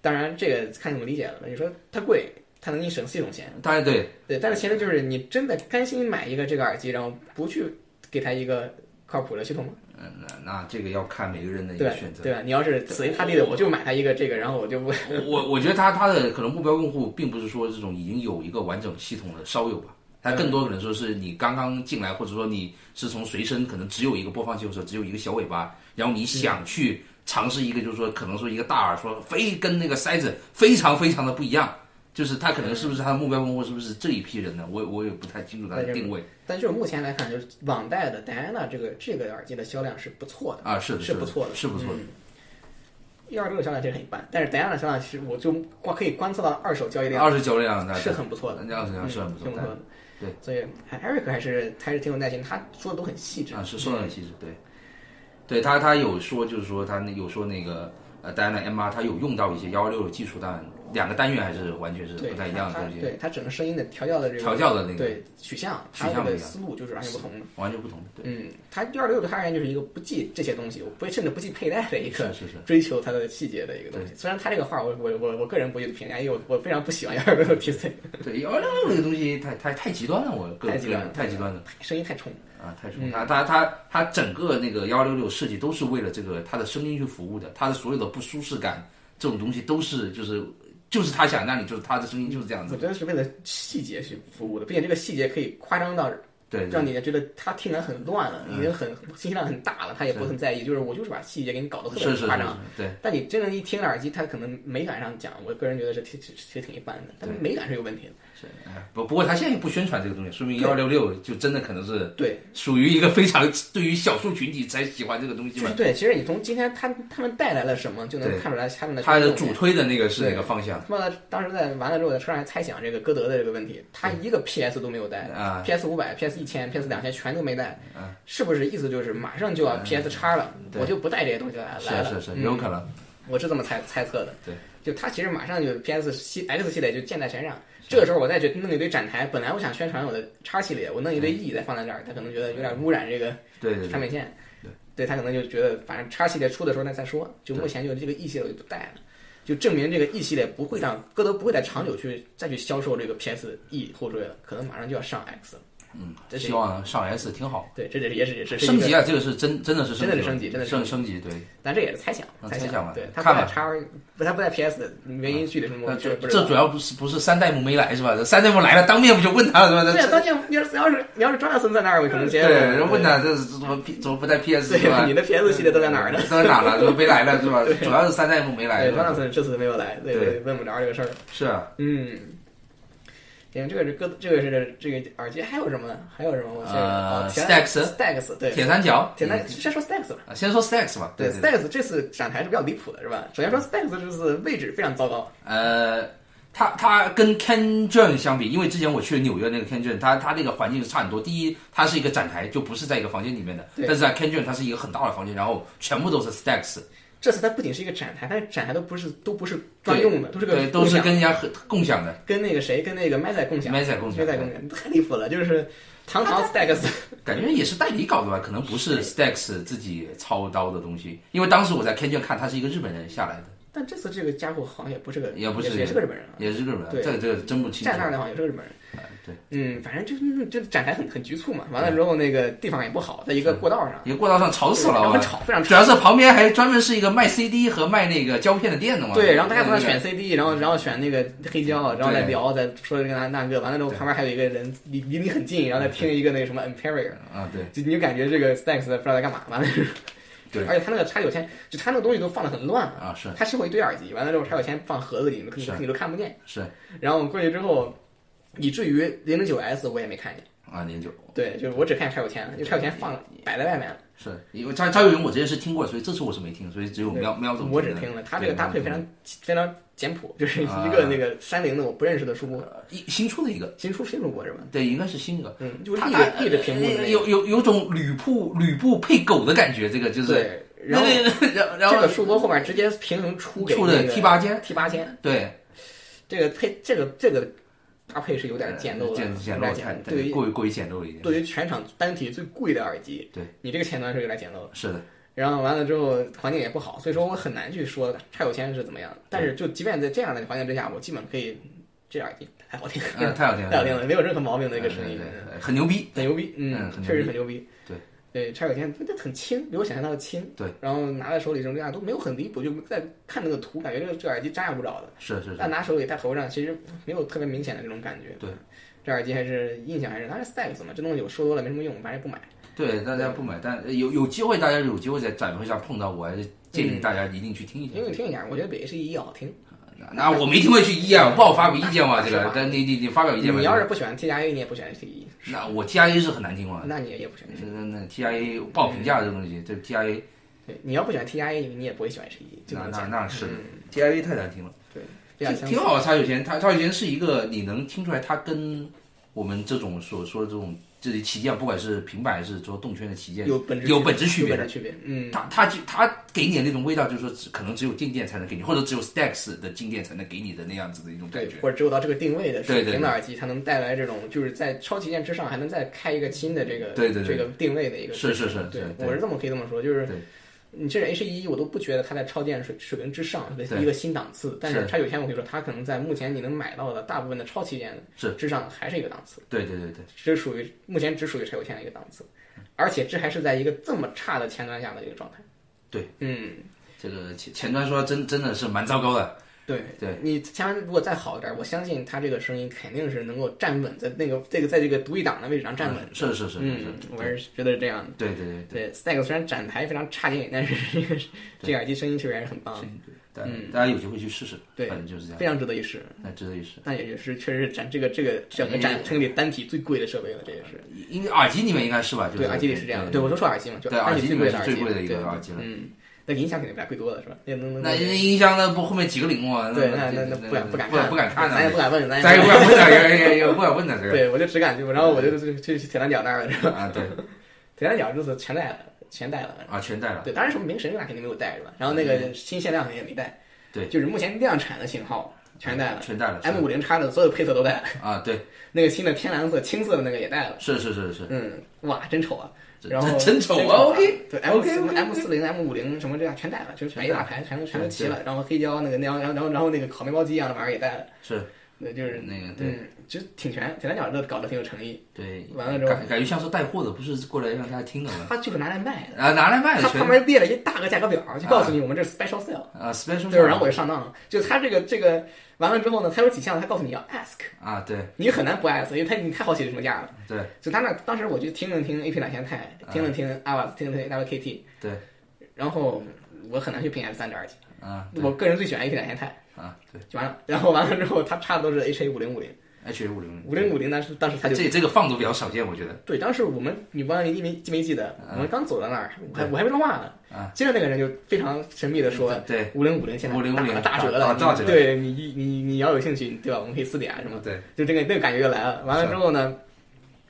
Speaker 1: 当然这个看你怎么理解了。你说它贵，它能给你省系统钱，
Speaker 2: 当然对，
Speaker 1: 对，但是前提就是你真的甘心买一个这个耳机，然后不去给它一个靠谱的系统吗？
Speaker 2: 嗯，那那这个要看每个人的一
Speaker 1: 对
Speaker 2: 个
Speaker 1: 吧
Speaker 2: 选择。
Speaker 1: 对吧？你要是死心塌地的，我就买它一个这个，然后我就不
Speaker 2: 我我我觉得他他的可能目标用户并不是说这种已经有一个完整系统的烧友吧，他更多可能说是你刚刚进来，或者说你是从随身可能只有一个播放器或者只有一个小尾巴，然后
Speaker 1: 嗯
Speaker 2: 你想去尝试一个，就是说可能说一个大耳说非跟那个塞子非常非常的不一样，就是他可能是不是他的目标用户是不是这一批人呢？我我也不太清楚他的定位
Speaker 1: 但就是目前来看，就是网贷的 Diana 这个这个耳机的销量是不错的，
Speaker 2: 啊，是的
Speaker 1: 是
Speaker 2: 的
Speaker 1: 不错的
Speaker 2: 是不错的，
Speaker 1: 幺二六销量其实很一般，但是 Diana 销量其实我就观可以观测到二手交易量
Speaker 2: 二十九辆那
Speaker 1: 嗯是很不错的，
Speaker 2: 二十九辆是很不
Speaker 1: 挺
Speaker 2: 错
Speaker 1: 不
Speaker 2: 的
Speaker 1: 错的。
Speaker 2: 对，
Speaker 1: 所以还 Eric 还是还是挺有耐心，他说的都很细致。
Speaker 2: 啊啊，是说的很细致，对，对他他有说就是说他那有说那个呃 Diana M R 他有用到一些幺六的技术，但两个单元还是完全是
Speaker 1: 嗯对
Speaker 2: 不太一样的
Speaker 1: 它
Speaker 2: 东西，
Speaker 1: 对它整个声音的调教的这个
Speaker 2: 调教的那个
Speaker 1: 对取向，
Speaker 2: 取
Speaker 1: 它
Speaker 2: 向不
Speaker 1: 的
Speaker 2: 一样
Speaker 1: 思路就是完全不同的。
Speaker 2: 完全不同的，对，
Speaker 1: 嗯，它幺二六对它而言就是一个不记这些东西，我不甚至不记佩戴的一个
Speaker 2: 是是是，
Speaker 1: 追求它的细节的一个东西。虽然它这个话我我我我个人不予评价，因为我我非常不喜欢幺二六 TC，
Speaker 2: 对幺六六这个东西太太太极端了，我个
Speaker 1: 太极端嗯
Speaker 2: 个人太极端了
Speaker 1: 声音太冲。
Speaker 2: 啊，太冲，他他他他整个那个幺六六设计都是为了这个他的声音去服务的，他的所有的不舒适感这种东西都是就是就是他想让你就是他的声音就是这样
Speaker 1: 我
Speaker 2: 子，
Speaker 1: 觉得是为了细节去服务的，并且这个细节可以夸张到
Speaker 2: 对，对
Speaker 1: 让你觉得它听感很乱了，
Speaker 2: 嗯
Speaker 1: 已经很信息量很大了，他也不很在意。就是我就是把细节给你搞得特
Speaker 2: 是是
Speaker 1: 别
Speaker 2: 是
Speaker 1: 夸
Speaker 2: 是
Speaker 1: 张。，
Speaker 2: 对
Speaker 1: 但你真正一听耳机，它可能美感上讲，我个人觉得是挺其实挺一般的，但美感是有问题的。
Speaker 2: 是，哎不不过他现在也不宣传这个东西，说明幺六六就真的可能是。
Speaker 1: 对，
Speaker 2: 属于一个非常对于小数群体才喜欢这个东西
Speaker 1: 就
Speaker 2: 嘛
Speaker 1: 是。对。其实你从今天他他们带来了什么，就能
Speaker 2: 对
Speaker 1: 看出来他们的
Speaker 2: 他的
Speaker 1: 这
Speaker 2: 主
Speaker 1: 种
Speaker 2: 推的那个是哪个方向
Speaker 1: 他妈的，当时在完了之后，在车上还猜想这个歌德的这个问题，他一个 PS 都没有带
Speaker 2: 嗯啊？
Speaker 1: ，PS 五百、PS 一千、PS 两千全都没带，是不是意思就是马上就要 PS 叉了，
Speaker 2: 啊对
Speaker 1: 我就不带这些东西来
Speaker 2: 是啊
Speaker 1: 来了？
Speaker 2: 是是，
Speaker 1: 嗯
Speaker 2: 有可能。
Speaker 1: 我是这么猜猜测的。
Speaker 2: 对，
Speaker 1: 就它其实马上就 PS 系 X 系列就箭在弦上，
Speaker 2: 啊
Speaker 1: 这个时候我再去弄一堆展台，本来我想宣传我的叉系列，我弄一
Speaker 2: 嗯
Speaker 1: 堆 E 再放在这儿，他可能觉得有点污染这个
Speaker 2: 对对
Speaker 1: 产
Speaker 2: 对，
Speaker 1: 品线，对他可能就觉得反正叉系列出的时候那再说，就目前就这个 E 系列我就不带了。就证明这个 E 系列不会让歌德不会再长久去再去销售这个 PS E 后缀了，可能马上就要上 X 了。
Speaker 2: 嗯，
Speaker 1: 这是
Speaker 2: 希望上 S 挺好，
Speaker 1: 对，这也是也是也是
Speaker 2: 升级
Speaker 1: 啊，
Speaker 2: 啊，这个是真真的是升级了，
Speaker 1: 真的是升级真的是
Speaker 2: 升升级，对。
Speaker 1: 但这也是猜想，
Speaker 2: 啊猜想
Speaker 1: 想
Speaker 2: 嘛。
Speaker 1: 对，他不
Speaker 2: 看
Speaker 1: 带
Speaker 2: 吧
Speaker 1: 叉，不他不带 PS 的原因具体什么
Speaker 2: 那
Speaker 1: 我确
Speaker 2: 这
Speaker 1: 实不知
Speaker 2: 这
Speaker 1: 道
Speaker 2: 主。要不是不是三代目没来是吧？这三代目来了，当面不就问他了是
Speaker 1: 对
Speaker 2: 吧？
Speaker 1: 啊，当年你要是要是你要是 Jonathan 在那儿，我可能直接
Speaker 2: 对，人问
Speaker 1: 他，
Speaker 2: 他这是怎么 P- 怎么不带 PS 是吧
Speaker 1: 对，你？的 PS 系列都在哪儿呢？
Speaker 2: 到哪了？怎么没来了是吧？主要是三代目没来
Speaker 1: 对
Speaker 2: 是吧？
Speaker 1: ，Jonathan 这次没有来，对
Speaker 2: 对
Speaker 1: 问不着这个事儿。
Speaker 2: 是啊，
Speaker 1: 嗯，因为这个是歌，这个是这个耳机，还有什么呢？还有什么？我记得
Speaker 2: 呃
Speaker 1: 哦
Speaker 2: Stax
Speaker 1: Stacks，Stacks，对，
Speaker 2: 铁三角，嗯
Speaker 1: 简单先说 Stacks 吧。
Speaker 2: 啊，先说 Stacks 吧，对对。对
Speaker 1: Stacks 这次展台是比较离谱的，是吧？首先说 Stacks 这次位置非常糟糕，
Speaker 2: 呃，它它跟 Ken Jeong 相比，因为之前我去了纽约那个 Ken Jeong，它它那个环境是差很多。第一，它是一个展台，就不是在一个房间里面的，
Speaker 1: 对
Speaker 2: 但是在 Ken Jeong 它是一个很大的房间，然后全部都是 stacks，
Speaker 1: 这次它不仅是一个展台，它展台都不是都不是专用的，都是个
Speaker 2: 对，都是
Speaker 1: 共享
Speaker 2: 跟人家很共享的，
Speaker 1: 跟那个谁跟那个 m a z a 共享
Speaker 2: m e s a 共享
Speaker 1: m a z a 共享太离谱了，就是堂堂 Stacks。
Speaker 2: 感觉也是代理搞的吧，可能不是 stacks 自己操刀的东西，因为当时我在 Ken Jeong 看，他是一个日本人下来的，
Speaker 1: 但这次这个家伙好像也不是个，
Speaker 2: 也不是
Speaker 1: 也是个日本人啊，
Speaker 2: 也是日本人，
Speaker 1: 对
Speaker 2: 这个这个真不清楚
Speaker 1: 站那。儿的好像也是个日本人。
Speaker 2: 哎对，
Speaker 1: 嗯，反正就是就展台很很局促嘛，完了之后那个地方也不好，在一个过道上，
Speaker 2: 你过道上吵死了，
Speaker 1: 然后
Speaker 2: 我
Speaker 1: 很吵，非常
Speaker 2: 主
Speaker 1: 吵。
Speaker 2: 要是旁边还专门是一个卖 CD 和卖那个胶片的店的嘛。
Speaker 1: 对，然后大家
Speaker 2: 那
Speaker 1: 不断
Speaker 2: 个
Speaker 1: 选 CD，然后然后选那个黑胶，然后再
Speaker 2: 嗯对
Speaker 1: 聊，再说这个那那个，完了之后旁边还有一个人离离你很近，然后再听一个那个什么 Imperial，
Speaker 2: 啊，对，
Speaker 1: 就你就感觉这个 Stacks 不知道在干嘛，完了之后，
Speaker 2: 对
Speaker 1: 而且他那个插九线，就他那个东西都放的很乱了，
Speaker 2: 啊是
Speaker 1: 他是会一堆耳机，完了之后插九线放盒子里，你
Speaker 2: 是
Speaker 1: 都你都看不见，
Speaker 2: 是
Speaker 1: 然后我过去之后，以至于零零九 S 我也没看见。
Speaker 2: 啊，零九
Speaker 1: 对，就是我只看柴有钱了，因为柴有钱放了摆在外面了。
Speaker 2: 是因为张张友云我之前是听过，所以这次我是没听，所以只有喵喵哦总
Speaker 1: 我只听了他这个搭配非常非常简朴，就是一个
Speaker 2: 啊
Speaker 1: 那个山林的我不认识的书播，
Speaker 2: 呃一新出的一个，
Speaker 1: 新出新出播是吧？
Speaker 2: 对，应该是新的。
Speaker 1: 嗯，就是
Speaker 2: 他
Speaker 1: 立
Speaker 2: 他呃
Speaker 1: 着立着屏幕的那个。
Speaker 2: 有有有种吕布吕布配狗的感觉，这个就是
Speaker 1: 对，然
Speaker 2: 那
Speaker 1: 后
Speaker 2: 个然后
Speaker 1: 这
Speaker 2: 然后
Speaker 1: 个书播后面直接平衡出给
Speaker 2: 出的 T 八千，
Speaker 1: T 八千，
Speaker 2: 对，
Speaker 1: 这个配这个这个搭配是有点简陋了，
Speaker 2: 呃简
Speaker 1: 有
Speaker 2: 简
Speaker 1: 点
Speaker 2: 陋，
Speaker 1: 简
Speaker 2: 太
Speaker 1: 陋。对于
Speaker 2: 过于过于简陋了一点。
Speaker 1: 对于全场单体最贵的耳机，
Speaker 2: 对
Speaker 1: 你这个前端是有点简陋的。
Speaker 2: 是的，
Speaker 1: 然后完了之后环境也不好，所以说我很难去说差有钱是怎么样的。但是就即便在这样的环境之下，我基本可以这耳机 太好听，
Speaker 2: 嗯，太好听了，
Speaker 1: 太好听了，没有任何毛病的一
Speaker 2: 对
Speaker 1: 个
Speaker 2: 对
Speaker 1: 声音，
Speaker 2: 对对很牛逼，
Speaker 1: 很牛逼，
Speaker 2: 嗯很牛逼
Speaker 1: 确实很牛逼。
Speaker 2: 对
Speaker 1: 对，差有钱它很轻，比我想象到的轻。
Speaker 2: 对，
Speaker 1: 然后拿在手里这种这样都没有很离谱，就在看那个图，感觉这个这个耳机扎也不着的，
Speaker 2: 是是是，
Speaker 1: 但拿手里戴头上，其实没有特别明显的这种感觉。
Speaker 2: 对，
Speaker 1: 这耳机还是印象还是它是 Stacks 嘛，这东西我说多了没什么用，反正也不买。
Speaker 2: 对，大家不买，但呃有有机会，大家有机会在展会上碰到，我还是建议大家一定去听一下
Speaker 1: 嗯
Speaker 2: 啊
Speaker 1: 因。为我听一下，我觉得比 H 1好听。
Speaker 2: 那那我没听过去一啊，我不好发表意见嘛，这个，但你你你发表意见吧。
Speaker 1: 你要是不喜欢 T 加 A，你也不喜欢 H 1
Speaker 2: 那我 T I A 是很难听嘛，
Speaker 1: 那你也不喜欢 H
Speaker 2: 那那 T I A 不好评价这个东西，这 T I A
Speaker 1: 对，你要不喜欢 TIA，你也不会喜欢 H 一，就
Speaker 2: 那
Speaker 1: 么
Speaker 2: 那
Speaker 1: 讲。
Speaker 2: 那是
Speaker 1: 嗯
Speaker 2: T I A 太难听了，
Speaker 1: 对，比较
Speaker 2: 挺
Speaker 1: 相
Speaker 2: 挺啊
Speaker 1: 似。
Speaker 2: 好的。插有弦，它插有弦是一个你能听出来，它跟我们这种所说的这种这里旗舰，不管是平板还是说动圈的旗舰，
Speaker 1: 有本质
Speaker 2: 有本质区别
Speaker 1: 有
Speaker 2: 的
Speaker 1: 本质。区别，嗯，
Speaker 2: 它它就它给你的那种味道，就是说只可能只有静电才能给你，或者只有 Stacks 的静电才能给你的那样子的一种感
Speaker 1: 对
Speaker 2: 觉，。
Speaker 1: 或者只有到这个定位的
Speaker 2: 对
Speaker 1: 水
Speaker 2: 对
Speaker 1: 平的耳机，才能带来这种就是在超旗舰之上，还能再开一个新的这个
Speaker 2: 对对对
Speaker 1: 这个定位的一个支
Speaker 2: 是是
Speaker 1: 持
Speaker 2: 是
Speaker 1: 对
Speaker 2: 是，对
Speaker 1: 我是这么可以这么说，就是
Speaker 2: 对
Speaker 1: 你甚至 H 一我都不觉得它在超舰水水平之上的
Speaker 2: 对
Speaker 1: 一个新档次，但
Speaker 2: 是
Speaker 1: 是它有一天我可以说，它可能在目前你能买到的大部分的超旗舰
Speaker 2: 是
Speaker 1: 之上还是一个档次，
Speaker 2: 对对对对，
Speaker 1: 这属于目前只属于柴油线的一个档次，而且这还是在一个这么差的前端下的一个状态。
Speaker 2: 对，
Speaker 1: 嗯，
Speaker 2: 这个前前端说真真的是蛮糟糕的。
Speaker 1: 对
Speaker 2: 对，
Speaker 1: 你前面如果再好一点，我相信他这个声音肯定是能够站稳在那个这个在这个独立档的位置上站稳。
Speaker 2: 嗯是是是是
Speaker 1: 嗯，
Speaker 2: 是，
Speaker 1: 我是觉得是这样的。
Speaker 2: 对对对对。
Speaker 1: 对，Stack 虽然展台非常差劲，但是这个这耳机声音确实还是很棒的，
Speaker 2: 大大家有机会去试试，
Speaker 1: 嗯对
Speaker 2: 反正就是这样，
Speaker 1: 非常值得一试。
Speaker 2: 那值得一试。
Speaker 1: 那也是确实是展这个这
Speaker 2: 哎
Speaker 1: 个整个展厅里单体最贵的设备了，这也是。
Speaker 2: 因为耳机里面应该是吧，就是
Speaker 1: 对，耳机里是这样的。对，
Speaker 2: 对
Speaker 1: 我都说耳机嘛，就
Speaker 2: 对
Speaker 1: 单体
Speaker 2: 耳机里
Speaker 1: 最
Speaker 2: 面
Speaker 1: 贵的耳
Speaker 2: 是
Speaker 1: 机，
Speaker 2: 最贵的一个
Speaker 1: 对
Speaker 2: 耳机了
Speaker 1: 嗯，那个音响肯定比它贵多了，是吧？那能能
Speaker 2: 那
Speaker 1: 能
Speaker 2: 音箱那不后面几个铃木啊？
Speaker 1: 对，那那那不敢
Speaker 2: 不
Speaker 1: 敢
Speaker 2: 不
Speaker 1: 看，
Speaker 2: 不敢看
Speaker 1: 咱也不
Speaker 2: 的，
Speaker 1: 敢问，咱
Speaker 2: 咱也
Speaker 1: 也
Speaker 2: 不敢问的，也也也不敢问的这个
Speaker 1: 对，我就只敢就，然后我就就就去铁三角那儿了，是吧？
Speaker 2: 啊，对
Speaker 1: 铁三角这次全带了，全带了。
Speaker 2: 啊，全带了，
Speaker 1: 对，当然什么明神那肯定没有带是吧？然后那个新限量好像也没带。
Speaker 2: 嗯对嗯
Speaker 1: 就是目前量产的型号全带了
Speaker 2: 全带了
Speaker 1: ，M 五零叉的所有配色都带了，
Speaker 2: 啊，对，
Speaker 1: 那个新的天蓝色、青色的那个也带了。
Speaker 2: 是是是是，
Speaker 1: 嗯，哇，真丑啊！
Speaker 2: 这
Speaker 1: 然后
Speaker 2: 这真丑啊，OK，
Speaker 1: 对 M
Speaker 2: OK，OK，
Speaker 1: 四
Speaker 2: OK，OK
Speaker 1: M 四零、M 五零什么这样全带了，就是买一大排全都全都齐了。然后黑胶那个，然后然后然后然后那个烤面包机一样的玩意儿也带了。
Speaker 2: 是
Speaker 1: 对，就是
Speaker 2: 那个对
Speaker 1: 嗯，就挺全。铁三角这搞得挺有诚意，
Speaker 2: 对，
Speaker 1: 完了之后
Speaker 2: 感感觉像是带货的，不是过来让大家听的 嘛，
Speaker 1: 它就是拿来卖的。
Speaker 2: 啊，拿来嗯卖的
Speaker 1: 他
Speaker 2: 全
Speaker 1: 旁边列了一大个价格表，就告诉你我们这是 special sale，、
Speaker 2: 啊，special，
Speaker 1: 对，然后我就上当了。就他这个这个完了之后呢，他有几项，他告诉你要 ask，
Speaker 2: 啊，对
Speaker 1: 你很难不 ask，因为他你太好奇是什么价了。
Speaker 2: 对
Speaker 1: 就他那当时我就听了听 AP 两千钛，听了听 AWAS，听了听 WKT，
Speaker 2: 对，
Speaker 1: 然后我很难去评 F 三这耳机，
Speaker 2: 啊
Speaker 1: 我个人最喜欢 AP 两千钛，
Speaker 2: 啊，对
Speaker 1: 就完了。 然后完了之后，他插的都是 HA 五零五零，
Speaker 2: ，H 五零
Speaker 1: 五零五零当时当时他就
Speaker 2: 这这个放的比较少见，我觉得
Speaker 1: 对，当时我们你忘了，因为记没记得，我们刚走到那儿，我还我还没说话呢
Speaker 2: 啊，
Speaker 1: 接着那个人就非常神秘的说。
Speaker 2: 对。
Speaker 1: 五零五零现在
Speaker 2: 5050
Speaker 1: 打了打折
Speaker 2: 打
Speaker 1: 了，
Speaker 2: 打折了
Speaker 1: 对你你你你要有兴趣，对吧？我们可以私底下什么，
Speaker 2: 嗯对
Speaker 1: 就这个那个感觉就来了。完了之后呢，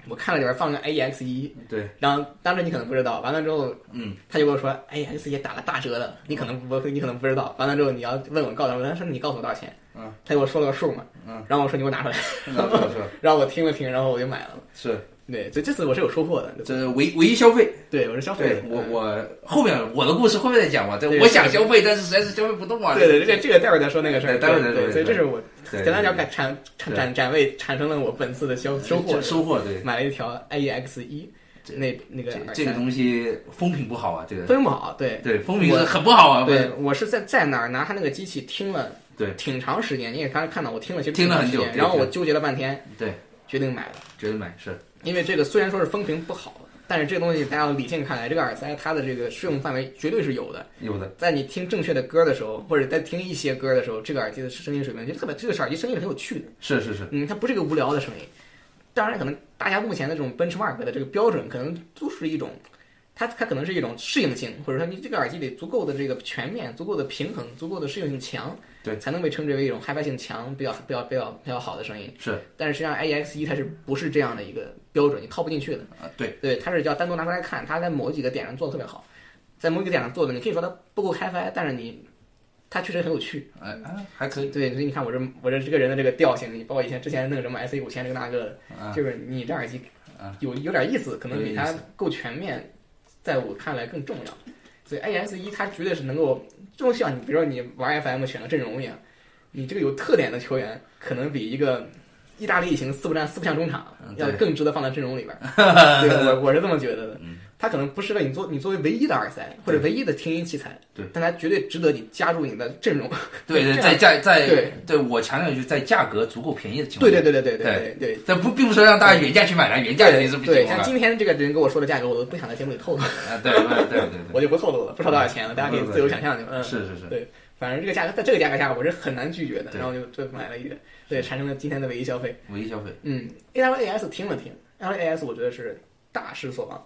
Speaker 1: 我看了里边放个 AEX 一，
Speaker 2: 对，
Speaker 1: 然后当时你可能不知道，完了之后
Speaker 2: 嗯，
Speaker 1: 他就跟我说哎 AEX 也打了大折了，你可能不你可能不知道。完了之后你要问我告诉我，他说你告诉我多少钱，
Speaker 2: 嗯，
Speaker 1: 他给我说了个数嘛，
Speaker 2: 嗯，
Speaker 1: 然后我说你给我拿出来，
Speaker 2: 是是
Speaker 1: 然后我听了听，然后我就买了。
Speaker 2: 是，
Speaker 1: 对，所以这次我是有收获的，
Speaker 2: 这是唯唯一消费。
Speaker 1: 对我是消费
Speaker 2: 对
Speaker 1: 的，
Speaker 2: 我
Speaker 1: 嗯
Speaker 2: 我后面我的故事后面再讲吧。对，
Speaker 1: 对
Speaker 2: 我想消费，但是实在是消费不动啊。
Speaker 1: 对对，这个这个待会儿再说那个事儿，
Speaker 2: 对待会儿再
Speaker 1: 对
Speaker 2: 说
Speaker 1: 对，所以这
Speaker 2: 对
Speaker 1: 是我
Speaker 2: 对，
Speaker 1: 简单讲展产
Speaker 2: 对
Speaker 1: 展展位产生了我本次的消收获，
Speaker 2: 收获对。
Speaker 1: 买了一条 IEX 一，
Speaker 2: 这
Speaker 1: 那那个
Speaker 2: 这
Speaker 1: 耳
Speaker 2: 这个
Speaker 1: 塞
Speaker 2: 东西风评不好啊，这个
Speaker 1: 分不好，对
Speaker 2: 对风评是很不好啊。
Speaker 1: 对，我是在在哪儿拿他那个机器听了
Speaker 2: 对
Speaker 1: 挺长时间，你也刚才看到我听了其实
Speaker 2: 听了
Speaker 1: 挺长
Speaker 2: 很久
Speaker 1: 时间
Speaker 2: 对
Speaker 1: 然后
Speaker 2: 对
Speaker 1: 我纠结了半天，
Speaker 2: 对，
Speaker 1: 决定买了，
Speaker 2: 绝对买是
Speaker 1: 因为这个虽然说是风评不好。但是这个东西，大家要理性看来，这个耳塞它的这个适用范围绝对是有的。
Speaker 2: 有的。
Speaker 1: 在你听正确的歌的时候，或者在听一些歌的时候，这个耳机的声音水平，其实特别，这个耳机声音是很有趣的。
Speaker 2: 是是是，
Speaker 1: 嗯，它不是一个无聊的声音。当然，可能大家目前的这种 benchmark 的这个标准，可能都是一种，它它可能是一种适应性，或者说你这个耳机得足够的这个全面、足够的平衡、足够的适应性强，
Speaker 2: 对
Speaker 1: 才能被称之为一种 hi-fi 性强、比较比较比较比较好的声音。
Speaker 2: 是，
Speaker 1: 但是实际上 AEX 一它是不是这样的一个标准，你套不进去的。
Speaker 2: 啊对
Speaker 1: 对，它是要单独拿出来看，它在某几个点上做的特别好，在某几个点上做的，你可以说它不够 hi-fi，但是你它确实很有趣。
Speaker 2: 哎啊还可以
Speaker 1: 对，所以你看我这我这这个人的这个调性，你包括以前之前那个什么 S A 五千这个那个的，
Speaker 2: 啊
Speaker 1: 就是你这耳机
Speaker 2: 啊
Speaker 1: 有有点意思，可能
Speaker 2: 有
Speaker 1: 比
Speaker 2: 点意
Speaker 1: 它
Speaker 2: 思
Speaker 1: 够全面，在我看来更重要。所以 A S 一它绝对是能够，这种像你比如说你玩 F M 选个阵容一样，你这个有特点的球员，可能比一个意大利型四不战四不像中场
Speaker 2: 嗯
Speaker 1: 要
Speaker 2: 对
Speaker 1: 更值得放在阵容里 边儿。对，我我是这么觉得的。
Speaker 2: 嗯
Speaker 1: 它可能不适合你做你作为唯一的耳塞或者唯一的听音器材，
Speaker 2: 对，
Speaker 1: 但它绝对值得你加入你的阵容。
Speaker 2: 对对，
Speaker 1: 这样
Speaker 2: 在价在
Speaker 1: 对
Speaker 2: 对我强调就是在价格足够便宜的情
Speaker 1: 对
Speaker 2: 况下，
Speaker 1: 对对对对对对。
Speaker 2: 但不并不是说让大家原价去买了，原价肯定是不行啊
Speaker 1: 对，
Speaker 2: 哎的
Speaker 1: 像今天这个人跟我说的价格，我都不想在节目里透露，
Speaker 2: 啊对对对对
Speaker 1: 我就不透露了，不知道多少钱了，大家可以自由想象去。
Speaker 2: 对，
Speaker 1: 嗯，
Speaker 2: 是是是，
Speaker 1: 反正这个价格在这个价格下，我是很难拒绝的，
Speaker 2: 对
Speaker 1: 然后就就买了一个，对，产生了今天的唯一消费。
Speaker 2: 唯一消费
Speaker 1: 嗯，A W A S 听了听，A W A S 我觉得是大失所望